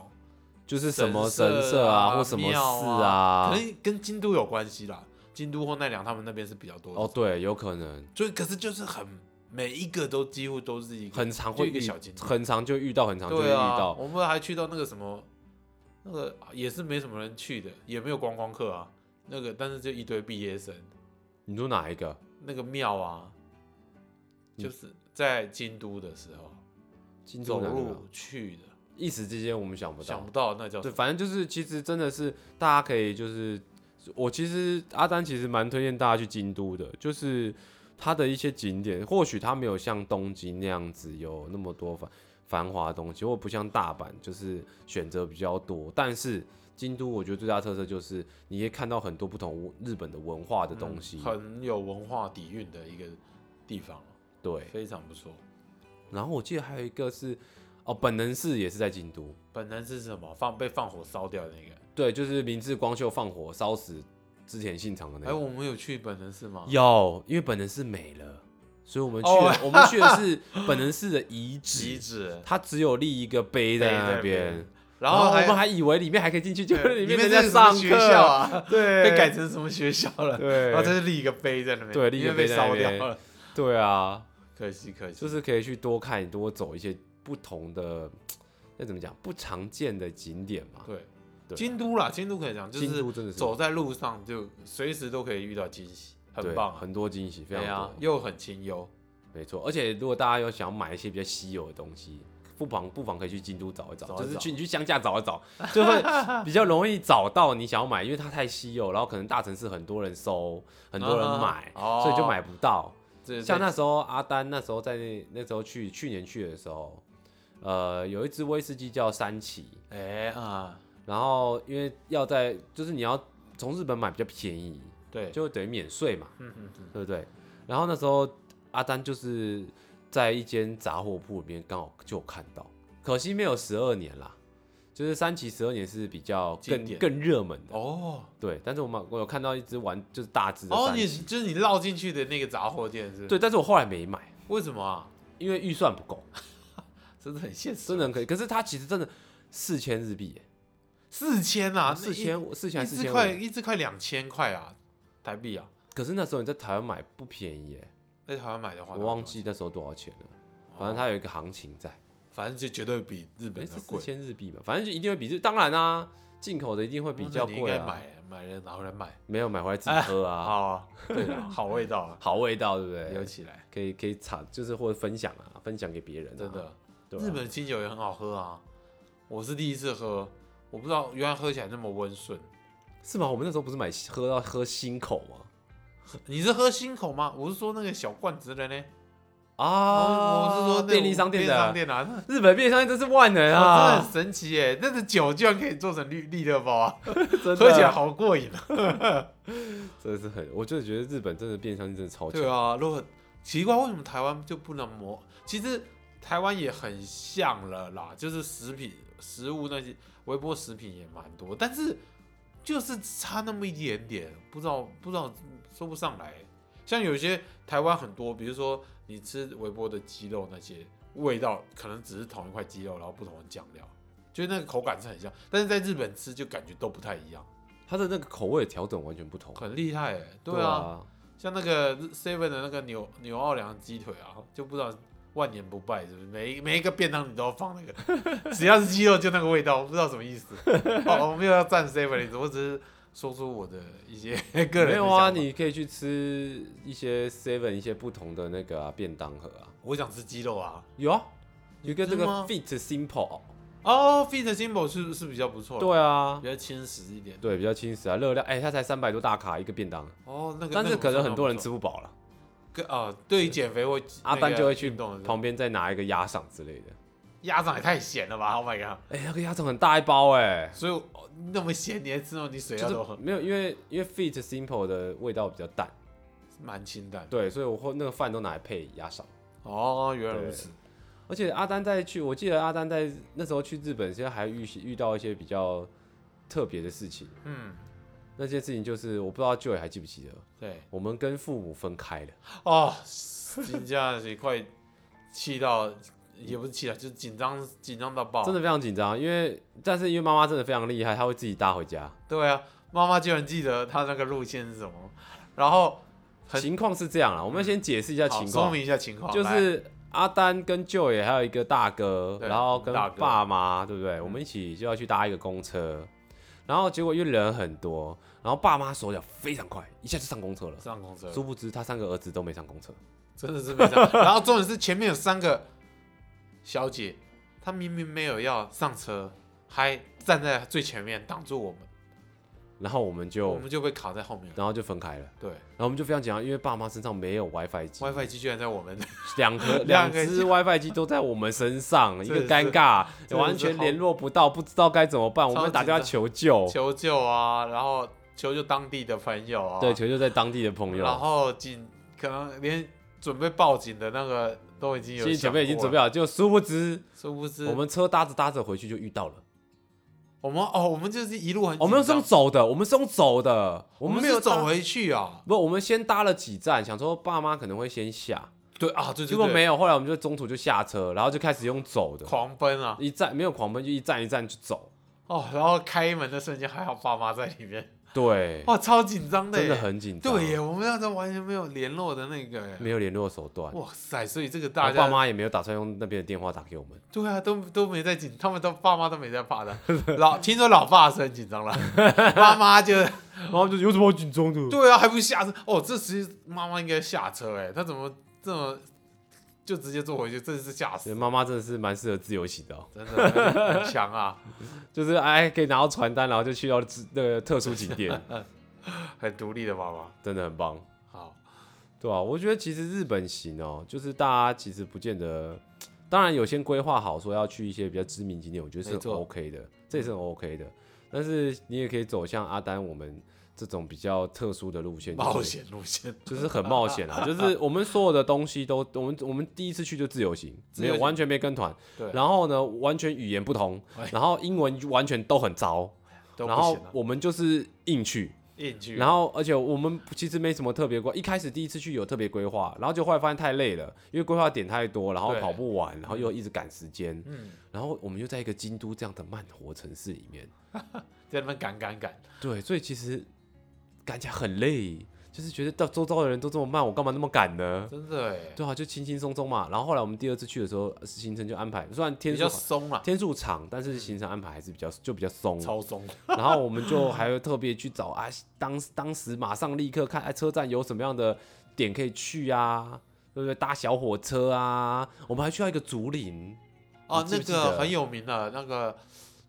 [SPEAKER 1] 就是什么神
[SPEAKER 2] 社
[SPEAKER 1] 啊，
[SPEAKER 2] 啊
[SPEAKER 1] 或什么
[SPEAKER 2] 庙
[SPEAKER 1] 寺
[SPEAKER 2] 啊，
[SPEAKER 1] 啊。
[SPEAKER 2] 可能跟京都有关系啦，京都或奈良他们那边是比较多的
[SPEAKER 1] 哦，，对，有可能
[SPEAKER 2] 就可是就是很每一个都几乎都是一个
[SPEAKER 1] 很常
[SPEAKER 2] 就
[SPEAKER 1] 会
[SPEAKER 2] 一个
[SPEAKER 1] 遇
[SPEAKER 2] 小京，都，
[SPEAKER 1] 很常就遇到，很常就会遇
[SPEAKER 2] 对啊，
[SPEAKER 1] 到。
[SPEAKER 2] 我们还去到那个什么，那个也是没什么人去的，也没有观光客啊，那个但是就一堆毕业生，
[SPEAKER 1] 你说哪一个？
[SPEAKER 2] 那个庙啊，
[SPEAKER 1] 嗯
[SPEAKER 2] 就是在京都的时候
[SPEAKER 1] 京
[SPEAKER 2] 走
[SPEAKER 1] 都哪个啊
[SPEAKER 2] 路？去的，
[SPEAKER 1] 一时之间我们想不
[SPEAKER 2] 想
[SPEAKER 1] 到
[SPEAKER 2] 不。到那叫什
[SPEAKER 1] 对，
[SPEAKER 2] 么
[SPEAKER 1] 反正就是其实真的是大家可以就是，我其实阿丹其实蛮推荐大家去京都的，就是它的一些景点，或许它没有像东京那样子有那么多繁繁华的东西，或不像大阪就是选择比较多，但是。京都，我觉得最大的特色就是你会看到很多不同日本的文化的东西，
[SPEAKER 2] 嗯很有文化底蕴的一个地方，
[SPEAKER 1] 对。
[SPEAKER 2] 非常不错。
[SPEAKER 1] 然后我记得还有一个是，哦，本能寺也是在京都，
[SPEAKER 2] 本能是什么？放被放火烧掉的那个。
[SPEAKER 1] 对，就是明治光秀放火烧死织田信长的那
[SPEAKER 2] 哎、
[SPEAKER 1] 个。
[SPEAKER 2] 我们有去本能寺吗？
[SPEAKER 1] 有，因为本能寺没了，所以我们去
[SPEAKER 2] 啊哦
[SPEAKER 1] 了 [laughs] 我们去的是本能寺的遗
[SPEAKER 2] 遗
[SPEAKER 1] 址，
[SPEAKER 2] 址，
[SPEAKER 1] 它只有立一个碑在
[SPEAKER 2] 碑在
[SPEAKER 1] 那边
[SPEAKER 2] 那边，后
[SPEAKER 1] 我
[SPEAKER 2] 还
[SPEAKER 1] 们还以为里面还可以进去，就是
[SPEAKER 2] 对
[SPEAKER 1] 里
[SPEAKER 2] 里
[SPEAKER 1] 人
[SPEAKER 2] 面那
[SPEAKER 1] 家
[SPEAKER 2] 是什么
[SPEAKER 1] 上
[SPEAKER 2] 学
[SPEAKER 1] 课
[SPEAKER 2] 校，啊，
[SPEAKER 1] 对，
[SPEAKER 2] 被改成什么学校了？
[SPEAKER 1] 对，
[SPEAKER 2] 然后再立一个碑在那边，
[SPEAKER 1] 对立一
[SPEAKER 2] 因
[SPEAKER 1] 个
[SPEAKER 2] 为被
[SPEAKER 1] 碑在那
[SPEAKER 2] 烧掉
[SPEAKER 1] 边
[SPEAKER 2] 了，
[SPEAKER 1] 对啊，
[SPEAKER 2] 可惜可惜。
[SPEAKER 1] 就是可以去多看多走一些不同的，那怎么讲不常见的景点嘛。
[SPEAKER 2] 对，
[SPEAKER 1] 对
[SPEAKER 2] 京都啦，京都可以讲，就
[SPEAKER 1] 京
[SPEAKER 2] 是
[SPEAKER 1] 都真的是
[SPEAKER 2] 走在路上就随时都可以遇到惊喜，
[SPEAKER 1] 对
[SPEAKER 2] 很棒啊，
[SPEAKER 1] 很多惊喜，非
[SPEAKER 2] 对啊
[SPEAKER 1] 常，多，
[SPEAKER 2] 又很清幽。
[SPEAKER 1] 没错。而且如果大家有想买一些比较稀有的东西，不妨不妨可以去京都找一找，
[SPEAKER 2] 找一
[SPEAKER 1] 就是
[SPEAKER 2] 找
[SPEAKER 1] 去你去乡下找一找，就
[SPEAKER 2] [laughs]
[SPEAKER 1] 会比较容易找到你想要买，因为它太稀有，然后可能大城市很多人收，很多人
[SPEAKER 2] [laughs]
[SPEAKER 1] 买，
[SPEAKER 2] 啊
[SPEAKER 1] 所以就买不到。
[SPEAKER 2] 这
[SPEAKER 1] 像那时候阿丹那时候在那那时候去去年去的时候，呃，有一支威士忌叫三崎，
[SPEAKER 2] 哎啊，
[SPEAKER 1] 然后因为要在就是你要从日本买比较便宜，
[SPEAKER 2] 对，
[SPEAKER 1] 就等于免税嘛。
[SPEAKER 2] 嗯嗯嗯，
[SPEAKER 1] 对不对？然后那时候阿丹就是在一间杂货铺里面刚好就有看到，可惜没有十二年啦，就是三期十二年是比较
[SPEAKER 2] 经
[SPEAKER 1] 更
[SPEAKER 2] 典
[SPEAKER 1] 更热门的，
[SPEAKER 2] 哦
[SPEAKER 1] 对。但是我们我有看到一只玩就是大只的
[SPEAKER 2] 哦，
[SPEAKER 1] 三
[SPEAKER 2] 你
[SPEAKER 1] 期，
[SPEAKER 2] 就是你绕进去的那个杂货店是？，
[SPEAKER 1] 对，但是我后来没买，
[SPEAKER 2] 为什么啊？
[SPEAKER 1] 因为预算不够，
[SPEAKER 2] 真的很现实，啊
[SPEAKER 1] 真的很可以。可是它其实真的四千日币耶，
[SPEAKER 2] 四千啊，
[SPEAKER 1] 哦四
[SPEAKER 2] 那
[SPEAKER 1] 千四千
[SPEAKER 2] 一
[SPEAKER 1] 还
[SPEAKER 2] 一
[SPEAKER 1] 是四
[SPEAKER 2] 只
[SPEAKER 1] 千
[SPEAKER 2] 快
[SPEAKER 1] 五，
[SPEAKER 2] 一只快两千块啊，台币啊，
[SPEAKER 1] 可是那时候你在台湾买不便宜耶，
[SPEAKER 2] 在台湾买的话，哦
[SPEAKER 1] 我忘，记那时候多少钱了，反正它有一个行情在。
[SPEAKER 2] 反正就绝对比日
[SPEAKER 1] 哎，
[SPEAKER 2] 本
[SPEAKER 1] 是
[SPEAKER 2] 的
[SPEAKER 1] 四
[SPEAKER 2] 贵，
[SPEAKER 1] 千日币嘛，反正就一定会比日，当然啊，进口的一定会比较
[SPEAKER 2] 那你应
[SPEAKER 1] 贵
[SPEAKER 2] 该
[SPEAKER 1] 啊。
[SPEAKER 2] 买买了拿回来卖，
[SPEAKER 1] 没有买回来自己喝啊，
[SPEAKER 2] 好啊，对啊，好味道啊，
[SPEAKER 1] 好味道，对不 [laughs] 对？
[SPEAKER 2] 留起来，
[SPEAKER 1] 可以可以尝，就是或者分享啊，分享给别人、啊，
[SPEAKER 2] 真的。
[SPEAKER 1] 对啊、
[SPEAKER 2] 日本的清酒也很好喝啊，我是第一次喝，我不知道原来喝起来那么温顺。
[SPEAKER 1] 是吗？我们那时候不是买喝到喝新口吗？
[SPEAKER 2] 你是喝新口吗？我是说那个小罐子的呢。
[SPEAKER 1] 啊，
[SPEAKER 2] 哦我我是说那
[SPEAKER 1] 便利商店
[SPEAKER 2] 便利商
[SPEAKER 1] 的，
[SPEAKER 2] 店哦啊，那
[SPEAKER 1] 日本便利商店真是万能
[SPEAKER 2] 哇真的
[SPEAKER 1] 啊，
[SPEAKER 2] 很神奇耶！那个酒居然可以做成绿绿乐包啊，
[SPEAKER 1] 真的，
[SPEAKER 2] 喝起来好过瘾啊。
[SPEAKER 1] 真的是很，我就觉得日本真的便利商店真的超强
[SPEAKER 2] 对，啊，如果奇怪为什么台湾就不能模？其实台湾也很像了啦，就是食品、食物那些微波食品也蛮多，但是就是差那么一点点，不知道不知道说不上来。像有些台湾很多，比如说你吃微波的鸡肉那些，味道可能只是同一块鸡肉，然后不同的酱料，就是那个口感是很像，但是在日本吃就感觉都不太一样，
[SPEAKER 1] 它的那个口味的调整完全不同。
[SPEAKER 2] 很厉害哎、
[SPEAKER 1] 对啊，
[SPEAKER 2] 像那个 Seven 的那个纽纽奥良鸡腿啊，就不知道万年不败是不是？每一每一个便当你都要放那个， [laughs] 只要是鸡肉就那个味道，我不知道什么意思。 [laughs] 哦，我没有要赞 Seven 的意思，我只是说出我的一些 [laughs] 个人
[SPEAKER 1] 没
[SPEAKER 2] 的
[SPEAKER 1] 有啊，
[SPEAKER 2] 想法
[SPEAKER 1] 你可以去吃一些 seven 一些不同的那个、啊、便当盒啊，
[SPEAKER 2] 我想吃鸡肉啊。
[SPEAKER 1] 有啊，有一个这个
[SPEAKER 2] 真的吗
[SPEAKER 1] fit simple，哦
[SPEAKER 2] 哦、f e t Symbol 是是比较不错的，
[SPEAKER 1] 对啊
[SPEAKER 2] 比，较轻食一点。
[SPEAKER 1] 对，比较轻食啊，热量，哎、它才三百多大卡一个便当，
[SPEAKER 2] 哦，那个
[SPEAKER 1] 但
[SPEAKER 2] 那
[SPEAKER 1] 是
[SPEAKER 2] 个
[SPEAKER 1] 可能
[SPEAKER 2] 不错
[SPEAKER 1] 很多人吃不饱了，
[SPEAKER 2] 那个啊、对于减肥或
[SPEAKER 1] 阿丹就会去
[SPEAKER 2] 运动的
[SPEAKER 1] 旁边再拿一个鸭掌之类的，
[SPEAKER 2] 鸭掌也太咸了吧！Oh my god！
[SPEAKER 1] 哎、那个鸭掌很大一包哎、
[SPEAKER 2] 所以哦那么咸，你还吃哦，你水要
[SPEAKER 1] 就
[SPEAKER 2] 多
[SPEAKER 1] 是
[SPEAKER 2] 喝，
[SPEAKER 1] 没有，因为因为 fit simple 的味道比较淡，
[SPEAKER 2] 蛮清淡的。
[SPEAKER 1] 对，所以我后那个饭都拿来配鸭掌。
[SPEAKER 2] 哦，原来如此。
[SPEAKER 1] 而且阿丹在去，我记得阿丹在那时候去日本，现在还遇遇到一些比较特别的事情。
[SPEAKER 2] 嗯，
[SPEAKER 1] 那件事情就是我不知道 Joy 还记不记得，
[SPEAKER 2] 对，
[SPEAKER 1] 我们跟父母分开了， [laughs]
[SPEAKER 2] 哦，真的是快气到，也不是气到，就是紧张紧张到爆。
[SPEAKER 1] 真的非常紧张，因为但是因为妈妈真的非常厉害，她会自己搭回家。
[SPEAKER 2] 对啊，妈妈居然记得她那个路线是什么，然后很嗯
[SPEAKER 1] 情况是这样啊，我们先解释一下
[SPEAKER 2] 好
[SPEAKER 1] 情
[SPEAKER 2] 说
[SPEAKER 1] 况，
[SPEAKER 2] 明一下情况，
[SPEAKER 1] 就
[SPEAKER 2] 来
[SPEAKER 1] 是阿丹跟 Joy 还有一个大哥，
[SPEAKER 2] 对
[SPEAKER 1] 然后跟
[SPEAKER 2] 大哥嗯
[SPEAKER 1] 爸妈，对不对？我们一起就要去搭一个公车，然后结果因为人很多，然后爸妈手脚非常快，一下就上公车了。
[SPEAKER 2] 上公车，
[SPEAKER 1] 殊不知他三个儿子都没上公车，
[SPEAKER 2] 真的是没上。 [laughs] 然后重点是前面有三个小姐，她明明没有要上车，还站在最前面挡住我们，
[SPEAKER 1] 然后我们
[SPEAKER 2] 我
[SPEAKER 1] 就
[SPEAKER 2] 们就被卡在后面。
[SPEAKER 1] 然后就分开了，
[SPEAKER 2] 对
[SPEAKER 1] 然后我们就非常紧张，因为爸妈身上没有 WiFi 机，
[SPEAKER 2] ，WiFi 机居然在我们，
[SPEAKER 1] 两颗两
[SPEAKER 2] 两个
[SPEAKER 1] 只 WiFi 机都在我们身上，一
[SPEAKER 2] 真
[SPEAKER 1] 个
[SPEAKER 2] 的是
[SPEAKER 1] 尴尬，
[SPEAKER 2] 真的是
[SPEAKER 1] 完全联络不到，不知道该怎么办，我
[SPEAKER 2] 超
[SPEAKER 1] 们
[SPEAKER 2] 级
[SPEAKER 1] 打电话
[SPEAKER 2] 的
[SPEAKER 1] 求救，
[SPEAKER 2] [laughs] 求救啊，然后求救当地的朋友啊，
[SPEAKER 1] 对，求救在当地的朋
[SPEAKER 2] 然
[SPEAKER 1] 友，
[SPEAKER 2] 后警可能连准备报警的那个都已经有
[SPEAKER 1] 心理准备已经准备
[SPEAKER 2] 好，
[SPEAKER 1] 好，就殊不知
[SPEAKER 2] 殊不知
[SPEAKER 1] 我们车搭着搭着回去就遇到了，
[SPEAKER 2] 我们哦，我们就是一路很紧张，
[SPEAKER 1] 我们是用走的，我们是用走的，
[SPEAKER 2] 我
[SPEAKER 1] 们
[SPEAKER 2] 们
[SPEAKER 1] 没
[SPEAKER 2] 没
[SPEAKER 1] 有
[SPEAKER 2] 有
[SPEAKER 1] 搭
[SPEAKER 2] 走，回去啊，
[SPEAKER 1] 不，我们先搭了几站，想说爸妈可能会先下，
[SPEAKER 2] 对啊，对对对，
[SPEAKER 1] 结果没有，后来我们就中途就下车，然后就开始用走的，
[SPEAKER 2] 狂奔啊，
[SPEAKER 1] 一站没有狂奔，就一站一站去走，
[SPEAKER 2] 哦，然后开门的瞬间还好爸妈在里面，
[SPEAKER 1] [laughs] 对，
[SPEAKER 2] 哇，超紧张的耶，
[SPEAKER 1] 真的很紧张，啊
[SPEAKER 2] 对耶，我们那时候完全没有联络的那
[SPEAKER 1] [laughs]
[SPEAKER 2] 个耶，
[SPEAKER 1] 没有联络手段。
[SPEAKER 2] 哇塞，所以这个大
[SPEAKER 1] 我
[SPEAKER 2] 家
[SPEAKER 1] 爸妈也没有打算用那边的电话打给我们，
[SPEAKER 2] 对啊，都都没在紧，他们都爸妈都没在怕的，老听说老爸是很紧张了， [laughs] 妈妈就
[SPEAKER 1] [laughs] 然后就有什么好紧张的？
[SPEAKER 2] 对啊，还不下车哦，这其实妈妈应该下车哎，她怎么这么就直接坐回去，真的是吓
[SPEAKER 1] 对，
[SPEAKER 2] 死，
[SPEAKER 1] 妈妈真的是蛮适合自由行的、哦，
[SPEAKER 2] 真的很强啊，
[SPEAKER 1] 就是哎可以拿到传单，然后就去到自那个特殊景点，
[SPEAKER 2] 很独立的妈妈，
[SPEAKER 1] 真的很棒，
[SPEAKER 2] 好，
[SPEAKER 1] 对啊，我觉得其实日本行哦，就是大家其实不见得，当然有先规划好说要去一些比较知名景点，我觉得是
[SPEAKER 2] 没
[SPEAKER 1] 很
[SPEAKER 2] 错
[SPEAKER 1] OK 的，这也是很 OK 的，但是你也可以走向阿丹我们这种比较特殊的路线，就是
[SPEAKER 2] 冒险路线，
[SPEAKER 1] 就是很冒险
[SPEAKER 2] [laughs]
[SPEAKER 1] 啊，就是我们所有的东西都，我们我们第一次去就自由行，
[SPEAKER 2] 自
[SPEAKER 1] 没
[SPEAKER 2] 由行
[SPEAKER 1] 有完全没跟团，
[SPEAKER 2] 对
[SPEAKER 1] 然后呢，完全语言不同
[SPEAKER 2] 哎，
[SPEAKER 1] 然后英文完全都很糟，
[SPEAKER 2] 都不
[SPEAKER 1] 然后
[SPEAKER 2] 行啊嗯了，
[SPEAKER 1] 我们就是硬去，
[SPEAKER 2] 硬去，
[SPEAKER 1] 然后而且我们其实没什么特别规，一开始第一次去有特别规划，然后就后来发现太累了，因为规划点太多，然后
[SPEAKER 2] 对
[SPEAKER 1] 跑不完，然后又一直赶时间，
[SPEAKER 2] 嗯，
[SPEAKER 1] 然后我们又在一个京都这样的慢活城市里面，
[SPEAKER 2] 在那边赶赶赶，
[SPEAKER 1] 对，所以其实赶起来很累，就是觉得到周遭的人都这么慢，我干嘛那么赶呢？
[SPEAKER 2] 真的哎，
[SPEAKER 1] 对啊，就轻轻松松嘛。然后后来我们第二次去的时候，行程就安排，虽然天
[SPEAKER 2] 比
[SPEAKER 1] 数
[SPEAKER 2] 较松啊，
[SPEAKER 1] 天数长，但是行程安排还是比较就比较松。
[SPEAKER 2] 超松，
[SPEAKER 1] 然后我们就还会特别去找啊，当当时马上立刻看哎车站有什么样的点可以去啊，对不对？搭小火车啊，我们还去到一个竹林，
[SPEAKER 2] 哦，
[SPEAKER 1] 你记
[SPEAKER 2] 那
[SPEAKER 1] 不记得
[SPEAKER 2] 个很有名的，那个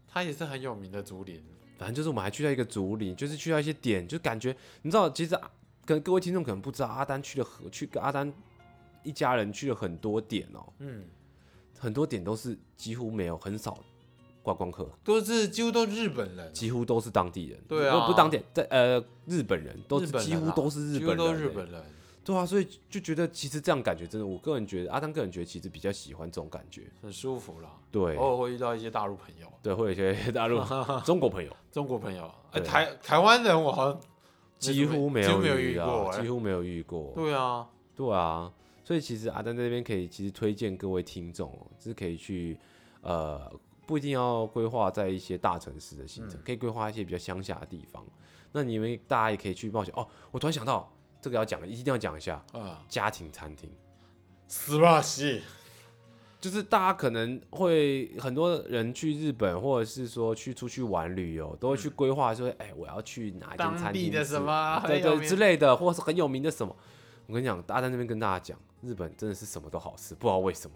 [SPEAKER 2] 他也是很有名的竹林，
[SPEAKER 1] 反正就是我们还去到一个竹林，就是去到一些点，就感觉你知道，其实啊可能各位听众可能不知道，阿丹去了很去跟阿丹一家人去了很多点哦，
[SPEAKER 2] 嗯，
[SPEAKER 1] 很多点都是几乎没有很少观光客。
[SPEAKER 2] 都是几乎都日本人，啊
[SPEAKER 1] 几乎都是当地人，
[SPEAKER 2] 对啊
[SPEAKER 1] 如果不当地人在呃日本人，都是
[SPEAKER 2] 日本人
[SPEAKER 1] 几
[SPEAKER 2] 啊
[SPEAKER 1] 乎都是日
[SPEAKER 2] 几
[SPEAKER 1] 本
[SPEAKER 2] 乎
[SPEAKER 1] 人、
[SPEAKER 2] 都日
[SPEAKER 1] 欸
[SPEAKER 2] 本人，
[SPEAKER 1] 对啊，所以就觉得其实这样感觉真的，我个人觉得阿当个人觉得其实比较喜欢这种感觉，
[SPEAKER 2] 很舒服啦。
[SPEAKER 1] 对、
[SPEAKER 2] 偶尔会遇到一些大陆朋友、啊
[SPEAKER 1] 对，会有一些大
[SPEAKER 2] [laughs]
[SPEAKER 1] 陆中国朋友
[SPEAKER 2] 中国朋友，哎、
[SPEAKER 1] 对
[SPEAKER 2] 台台湾人我好像没
[SPEAKER 1] 几
[SPEAKER 2] 怎么
[SPEAKER 1] 乎没
[SPEAKER 2] 几乎
[SPEAKER 1] 有
[SPEAKER 2] 没有
[SPEAKER 1] 遇
[SPEAKER 2] 遇
[SPEAKER 1] 到，
[SPEAKER 2] 过欸
[SPEAKER 1] 几乎没有遇过，
[SPEAKER 2] 对啊，
[SPEAKER 1] 对啊，所以其实阿丹在这边可以其实推荐各位听众哦，就是可以去呃不一定要规划在一些大城市的行程，
[SPEAKER 2] 嗯
[SPEAKER 1] 可以规划一些比较乡下的地方。那你们大家也可以去冒险哦。我突然想到这个要讲，一定要讲一下
[SPEAKER 2] 啊、
[SPEAKER 1] 家庭餐厅。
[SPEAKER 2] 死吧西，
[SPEAKER 1] 就是大家可能会很多人去日本，或者是说去出去玩旅游，都会去规划说，哎、我要去哪一间餐
[SPEAKER 2] 嗯当地
[SPEAKER 1] 厅
[SPEAKER 2] 的
[SPEAKER 1] 吃
[SPEAKER 2] 什 [laughs] 么哎
[SPEAKER 1] 对
[SPEAKER 2] 很有
[SPEAKER 1] 对
[SPEAKER 2] 名
[SPEAKER 1] 之类的，或是很有名的什么。我跟你讲，大家在那边跟大家讲，日本真的是什么都好吃，不知道为什么。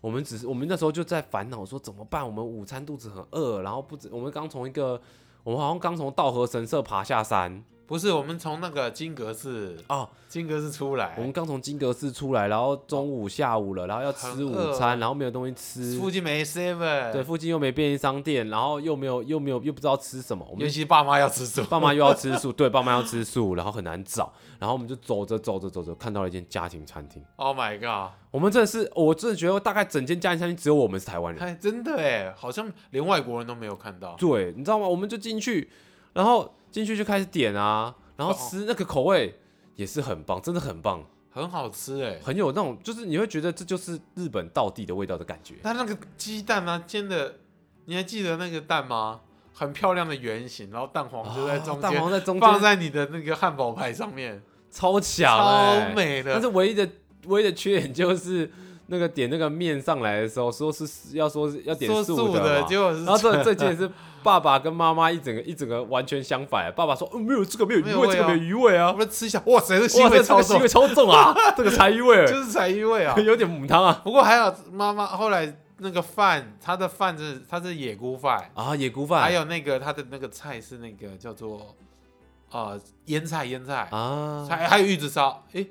[SPEAKER 1] 我们只是我们那时候就在烦恼说怎么办，我们午餐肚子很饿，然后不止我们刚从一个我们好像刚从道和神社爬下山
[SPEAKER 2] 不是我们从那个金阁寺，
[SPEAKER 1] 哦，
[SPEAKER 2] 金阁寺出来
[SPEAKER 1] 我，们刚从金阁寺出来，然后中午下午了，然后要吃
[SPEAKER 2] 很
[SPEAKER 1] 午
[SPEAKER 2] 饿欸
[SPEAKER 1] 餐，然后没有东西吃，
[SPEAKER 2] 附近没 seven，
[SPEAKER 1] 对，，附近又没便利商店，然后又没有又没有又不知道吃什么，我
[SPEAKER 2] 尤
[SPEAKER 1] 们
[SPEAKER 2] 其爸妈要吃素，
[SPEAKER 1] 爸妈又要吃素，对，爸妈要吃素，然后很难找，然后我们就走着走着走着，看到了一间家庭餐厅。
[SPEAKER 2] ，Oh my god，
[SPEAKER 1] 我们真的是，我真的觉得大概整间家庭餐厅只有我们是台湾人。
[SPEAKER 2] 哎，真的哎，好像连外国人都没有看到，
[SPEAKER 1] 对，你知道吗？我们就进去，然后进去就开始点啊，然后
[SPEAKER 2] 哦
[SPEAKER 1] 吃那个口味也是很棒，真的很棒，
[SPEAKER 2] 很好吃哎、
[SPEAKER 1] 很有那种就是你会觉得这就是日本道地的味道的感觉。
[SPEAKER 2] 它那个鸡蛋啊，煎的，你还记得那个蛋吗？很漂亮的圆形，然后蛋黄哦就在
[SPEAKER 1] 啊
[SPEAKER 2] 中
[SPEAKER 1] 蛋
[SPEAKER 2] 间，
[SPEAKER 1] 黄在中
[SPEAKER 2] 放
[SPEAKER 1] 间，
[SPEAKER 2] 在你的那个汉堡排上面，
[SPEAKER 1] 超强、
[SPEAKER 2] 超
[SPEAKER 1] 欸，。
[SPEAKER 2] 美
[SPEAKER 1] 但
[SPEAKER 2] 的。
[SPEAKER 1] 是唯一的唯一的缺点就是那个点那个面上来的时候，说是要说是要点
[SPEAKER 2] 说素
[SPEAKER 1] 的
[SPEAKER 2] 的，
[SPEAKER 1] 嘛
[SPEAKER 2] 结果是
[SPEAKER 1] 然后这这件是爸爸跟妈妈一整个一整个完全相反，爸爸说、哦、没有这个没有
[SPEAKER 2] 没
[SPEAKER 1] 鱼
[SPEAKER 2] 有
[SPEAKER 1] 味，
[SPEAKER 2] 味
[SPEAKER 1] 这个
[SPEAKER 2] 啊
[SPEAKER 1] 没有鱼味啊
[SPEAKER 2] 我，们吃一下，哇塞，这 [laughs] 腥
[SPEAKER 1] 哇，
[SPEAKER 2] 味
[SPEAKER 1] 这这
[SPEAKER 2] 超
[SPEAKER 1] 个腥
[SPEAKER 2] 重
[SPEAKER 1] 味，超重
[SPEAKER 2] [laughs]
[SPEAKER 1] 啊，这个才鱼味，
[SPEAKER 2] 就是才异味啊
[SPEAKER 1] [laughs] 。有点母汤啊
[SPEAKER 2] 不过还有妈妈后来那个饭，她的饭是她是野菇饭，
[SPEAKER 1] 啊，野菇
[SPEAKER 2] 还
[SPEAKER 1] 饭
[SPEAKER 2] 有那个她的那个菜是那个叫做呃腌菜腌菜，
[SPEAKER 1] 啊，
[SPEAKER 2] 还还有玉子烧，诶，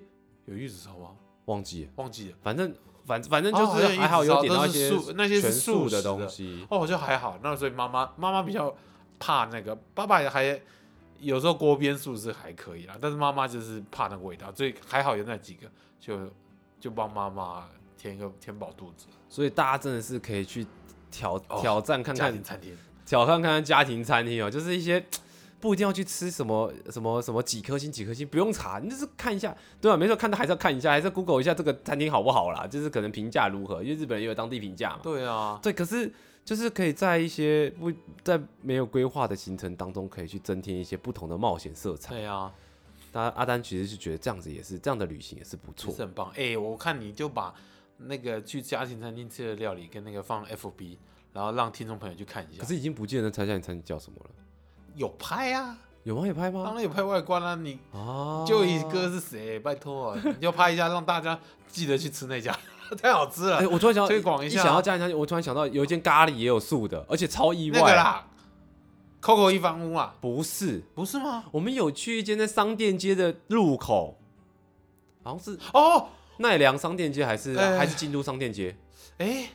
[SPEAKER 2] 有玉子烧吗？
[SPEAKER 1] 忘记了，
[SPEAKER 2] 忘记了，
[SPEAKER 1] 反正反反正
[SPEAKER 2] 那
[SPEAKER 1] 就
[SPEAKER 2] 就是
[SPEAKER 1] 还好有点到一些
[SPEAKER 2] 是素那些
[SPEAKER 1] 全
[SPEAKER 2] 是
[SPEAKER 1] 素
[SPEAKER 2] 食
[SPEAKER 1] 的东
[SPEAKER 2] 的。
[SPEAKER 1] 西，
[SPEAKER 2] 哦，我就还好，那所以妈妈妈妈比较怕那个，爸爸也还有时候锅边素是还可以啦，但是妈妈就是怕那个味道，所以还好有那几个，就就帮妈妈填一个填饱肚子。
[SPEAKER 1] 所以大家真的是可以去挑
[SPEAKER 2] 哦
[SPEAKER 1] 挑战看
[SPEAKER 2] 家
[SPEAKER 1] 看
[SPEAKER 2] 庭餐厅，
[SPEAKER 1] 挑战看看家庭餐厅哦，就是一些不一定要去吃什么什么什么几颗星几颗星，不用查，你就是看一下，对吧、没错，看到还是要看一下，还是要 Google 一下这个餐厅好不好啦，就是可能评价如何，因为日本人也有当地评价嘛。
[SPEAKER 2] 对啊，
[SPEAKER 1] 对，可是就是可以在一些不在没有规划的行程当中，可以去增添一些不同的冒险色彩。
[SPEAKER 2] 对啊，
[SPEAKER 1] 大家阿丹其实是觉得这样子也是这样的旅行也是不
[SPEAKER 2] 其
[SPEAKER 1] 错
[SPEAKER 2] 实很棒。哎、我看你就把那个去家庭餐厅吃的料理跟那个放 FB，然后让听众朋友去看一下
[SPEAKER 1] 可。是已经不记得那家庭餐厅叫什么了，
[SPEAKER 2] 有拍啊，
[SPEAKER 1] 有吗？有拍吗
[SPEAKER 2] 当？然有拍外观啦、你
[SPEAKER 1] 啊，
[SPEAKER 2] 就一哥是谁？拜托、啊你就拍一下，让大家记得去吃那家， [laughs] 太好吃了。
[SPEAKER 1] [laughs] 哎、我突然想到
[SPEAKER 2] 推广一下
[SPEAKER 1] 想到家庭餐厅，我突然想到有一间咖喱也有素的，而且超意外。
[SPEAKER 2] 那个啦，Coco 一房屋啊，
[SPEAKER 1] 不是，
[SPEAKER 2] 不是吗？
[SPEAKER 1] 我们有去一间在商店街的入口，好像是
[SPEAKER 2] 哦，
[SPEAKER 1] 奈良商店街还是、
[SPEAKER 2] 哎
[SPEAKER 1] 还是京都商店街？
[SPEAKER 2] 哎，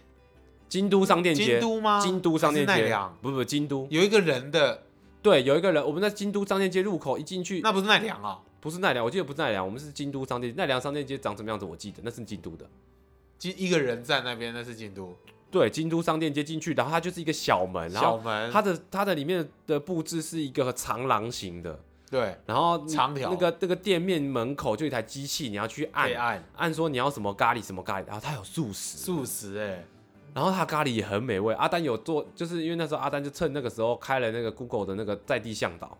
[SPEAKER 1] 京都商店街，
[SPEAKER 2] 京都吗？
[SPEAKER 1] 京都商店
[SPEAKER 2] 还是奈
[SPEAKER 1] 街
[SPEAKER 2] 良，
[SPEAKER 1] 不不京都，
[SPEAKER 2] 有一个人的，
[SPEAKER 1] 对，有一个人，我们在京都商店街入口一进去，
[SPEAKER 2] 那不是奈良啊、
[SPEAKER 1] 不是奈良，我记得不是奈良，我们是京都商店，奈良商店街长什么样子我记得，那是京都的。
[SPEAKER 2] 京一个人在那边，那是京都
[SPEAKER 1] 对，京都商店街进去，然后它就是一个小门，然
[SPEAKER 2] 小
[SPEAKER 1] 后
[SPEAKER 2] 门，
[SPEAKER 1] 它的它的里面的布置是一个长廊型的，
[SPEAKER 2] 对，
[SPEAKER 1] 然后
[SPEAKER 2] 长条
[SPEAKER 1] 那个那个店面门口就有一台机器，你要去按
[SPEAKER 2] 对岸
[SPEAKER 1] 按说你要什么咖喱什么咖喱，然后它有素食，
[SPEAKER 2] 素食哎，
[SPEAKER 1] 然后它咖喱也很美味。阿丹有做，就是因为那时候阿丹就趁那个时候开了那个 Google 的那个在地向导，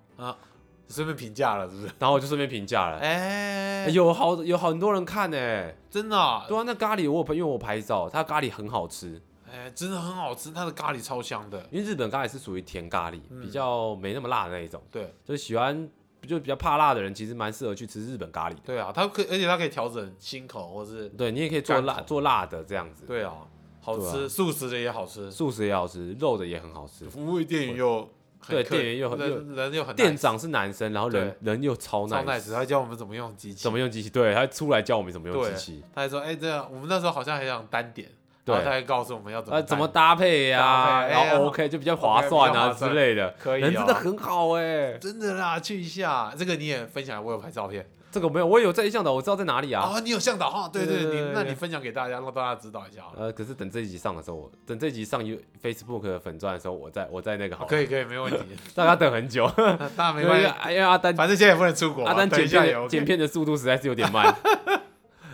[SPEAKER 2] 顺便评价了是不是？
[SPEAKER 1] 然后我就顺便评价了。
[SPEAKER 2] 哎、
[SPEAKER 1] 哎有好有很多人看呢、
[SPEAKER 2] 真的、啊，
[SPEAKER 1] 对啊，那咖喱我有朋友我拍照，它咖喱很好吃，
[SPEAKER 2] 哎、真的很好吃，它的咖喱超香的，
[SPEAKER 1] 因为日本咖喱是属于甜咖喱，
[SPEAKER 2] 嗯
[SPEAKER 1] 比较没那么辣的那一种，
[SPEAKER 2] 对
[SPEAKER 1] 就是喜欢就比较怕辣的人，其实蛮适合去吃日本咖喱的。
[SPEAKER 2] 对啊，它可以而且它可以调整心口或是
[SPEAKER 1] 对你也可以做辣
[SPEAKER 2] 干口
[SPEAKER 1] 做辣的这样子，
[SPEAKER 2] 对啊，好
[SPEAKER 1] 对啊
[SPEAKER 2] 吃，素食的也好吃，
[SPEAKER 1] 素食也好吃，肉的也很好吃。
[SPEAKER 2] 服务店员又很
[SPEAKER 1] 对
[SPEAKER 2] 客
[SPEAKER 1] 店员又很
[SPEAKER 2] 人人又很
[SPEAKER 1] 店
[SPEAKER 2] nice，
[SPEAKER 1] 长是男生，然后人人又超
[SPEAKER 2] 超
[SPEAKER 1] nice，
[SPEAKER 2] nice，他教我们怎么用机器，
[SPEAKER 1] 怎么用机器？对，他出来教我们怎么用机
[SPEAKER 2] 对
[SPEAKER 1] 器，，
[SPEAKER 2] 他还说哎、这样，我们那时候好像还想单点，
[SPEAKER 1] 对
[SPEAKER 2] 然后他还告诉我们要怎么
[SPEAKER 1] 呃，怎么
[SPEAKER 2] 单
[SPEAKER 1] 搭配呀、
[SPEAKER 2] 搭配哎
[SPEAKER 1] 然
[SPEAKER 2] 呀
[SPEAKER 1] 后 OK 就比较划算
[SPEAKER 2] OK，比较
[SPEAKER 1] 啊
[SPEAKER 2] 划算
[SPEAKER 1] 之类的，
[SPEAKER 2] 可以、哦，
[SPEAKER 1] 人真的很好哎、
[SPEAKER 2] 真的啦，去一下，这个你也分享，我有拍照片
[SPEAKER 1] 这个没有，我有在意向导，我知道在哪里啊。
[SPEAKER 2] 啊、哦，你有向导哈，对
[SPEAKER 1] 对对
[SPEAKER 2] 对，
[SPEAKER 1] 对
[SPEAKER 2] 你那
[SPEAKER 1] 对
[SPEAKER 2] 你分享给大家，让大家指导一下好了。
[SPEAKER 1] 呃，可是等这一集上的时候，我等这一集上 You Facebook 的粉钻的时候，我在我在那个好了，
[SPEAKER 2] 哦可以可以，没
[SPEAKER 1] [laughs]
[SPEAKER 2] 问题，
[SPEAKER 1] 大家等很久，
[SPEAKER 2] 那那没
[SPEAKER 1] 哦因为
[SPEAKER 2] 关系，
[SPEAKER 1] [laughs] 因为阿丹
[SPEAKER 2] 反正现在也不能出国嘛，
[SPEAKER 1] 阿丹
[SPEAKER 2] 啊等
[SPEAKER 1] 剪
[SPEAKER 2] 一下
[SPEAKER 1] 片
[SPEAKER 2] 也
[SPEAKER 1] 的
[SPEAKER 2] OK
[SPEAKER 1] 剪片的速度实在是有点慢。 [laughs]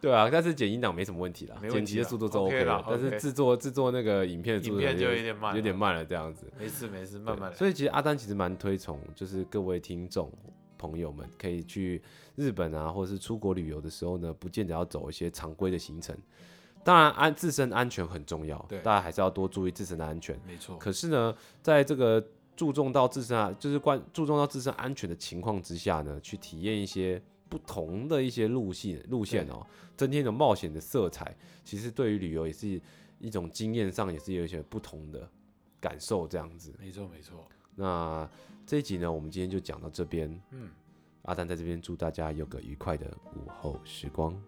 [SPEAKER 1] 对啊，但是剪音档没什么问题啦，
[SPEAKER 2] 没问题
[SPEAKER 1] 剪辑
[SPEAKER 2] 啦
[SPEAKER 1] 的速度都
[SPEAKER 2] OK
[SPEAKER 1] 了
[SPEAKER 2] 啦
[SPEAKER 1] 但是
[SPEAKER 2] OK
[SPEAKER 1] 制作制作那个影片的速度
[SPEAKER 2] 影片就
[SPEAKER 1] 有
[SPEAKER 2] 有点慢了
[SPEAKER 1] 有点慢了这样子。
[SPEAKER 2] 没事没事，慢慢
[SPEAKER 1] 对
[SPEAKER 2] 来。
[SPEAKER 1] 所以其实阿丹其实蛮推崇，就是各位听众朋友们可以去日本啊，或者是出国旅游的时候呢，不见得要走一些常规的行程。当然安自身安全很重要，
[SPEAKER 2] 对
[SPEAKER 1] 大家还是要多注意自身的安全。
[SPEAKER 2] 没错，
[SPEAKER 1] 可是呢，在这个注重到自身啊，就是关注重到自身安全的情况之下呢，去体验一些不同的一些路线路线哦，增添一种冒险的色彩，其实对于旅游也是一种经验上也是有一些不同的感受这样子。
[SPEAKER 2] 没错没错，
[SPEAKER 1] 那这一集呢，我们今天就讲到这边。
[SPEAKER 2] 嗯，
[SPEAKER 1] 阿丹在这边祝大家有个愉快的午后时光。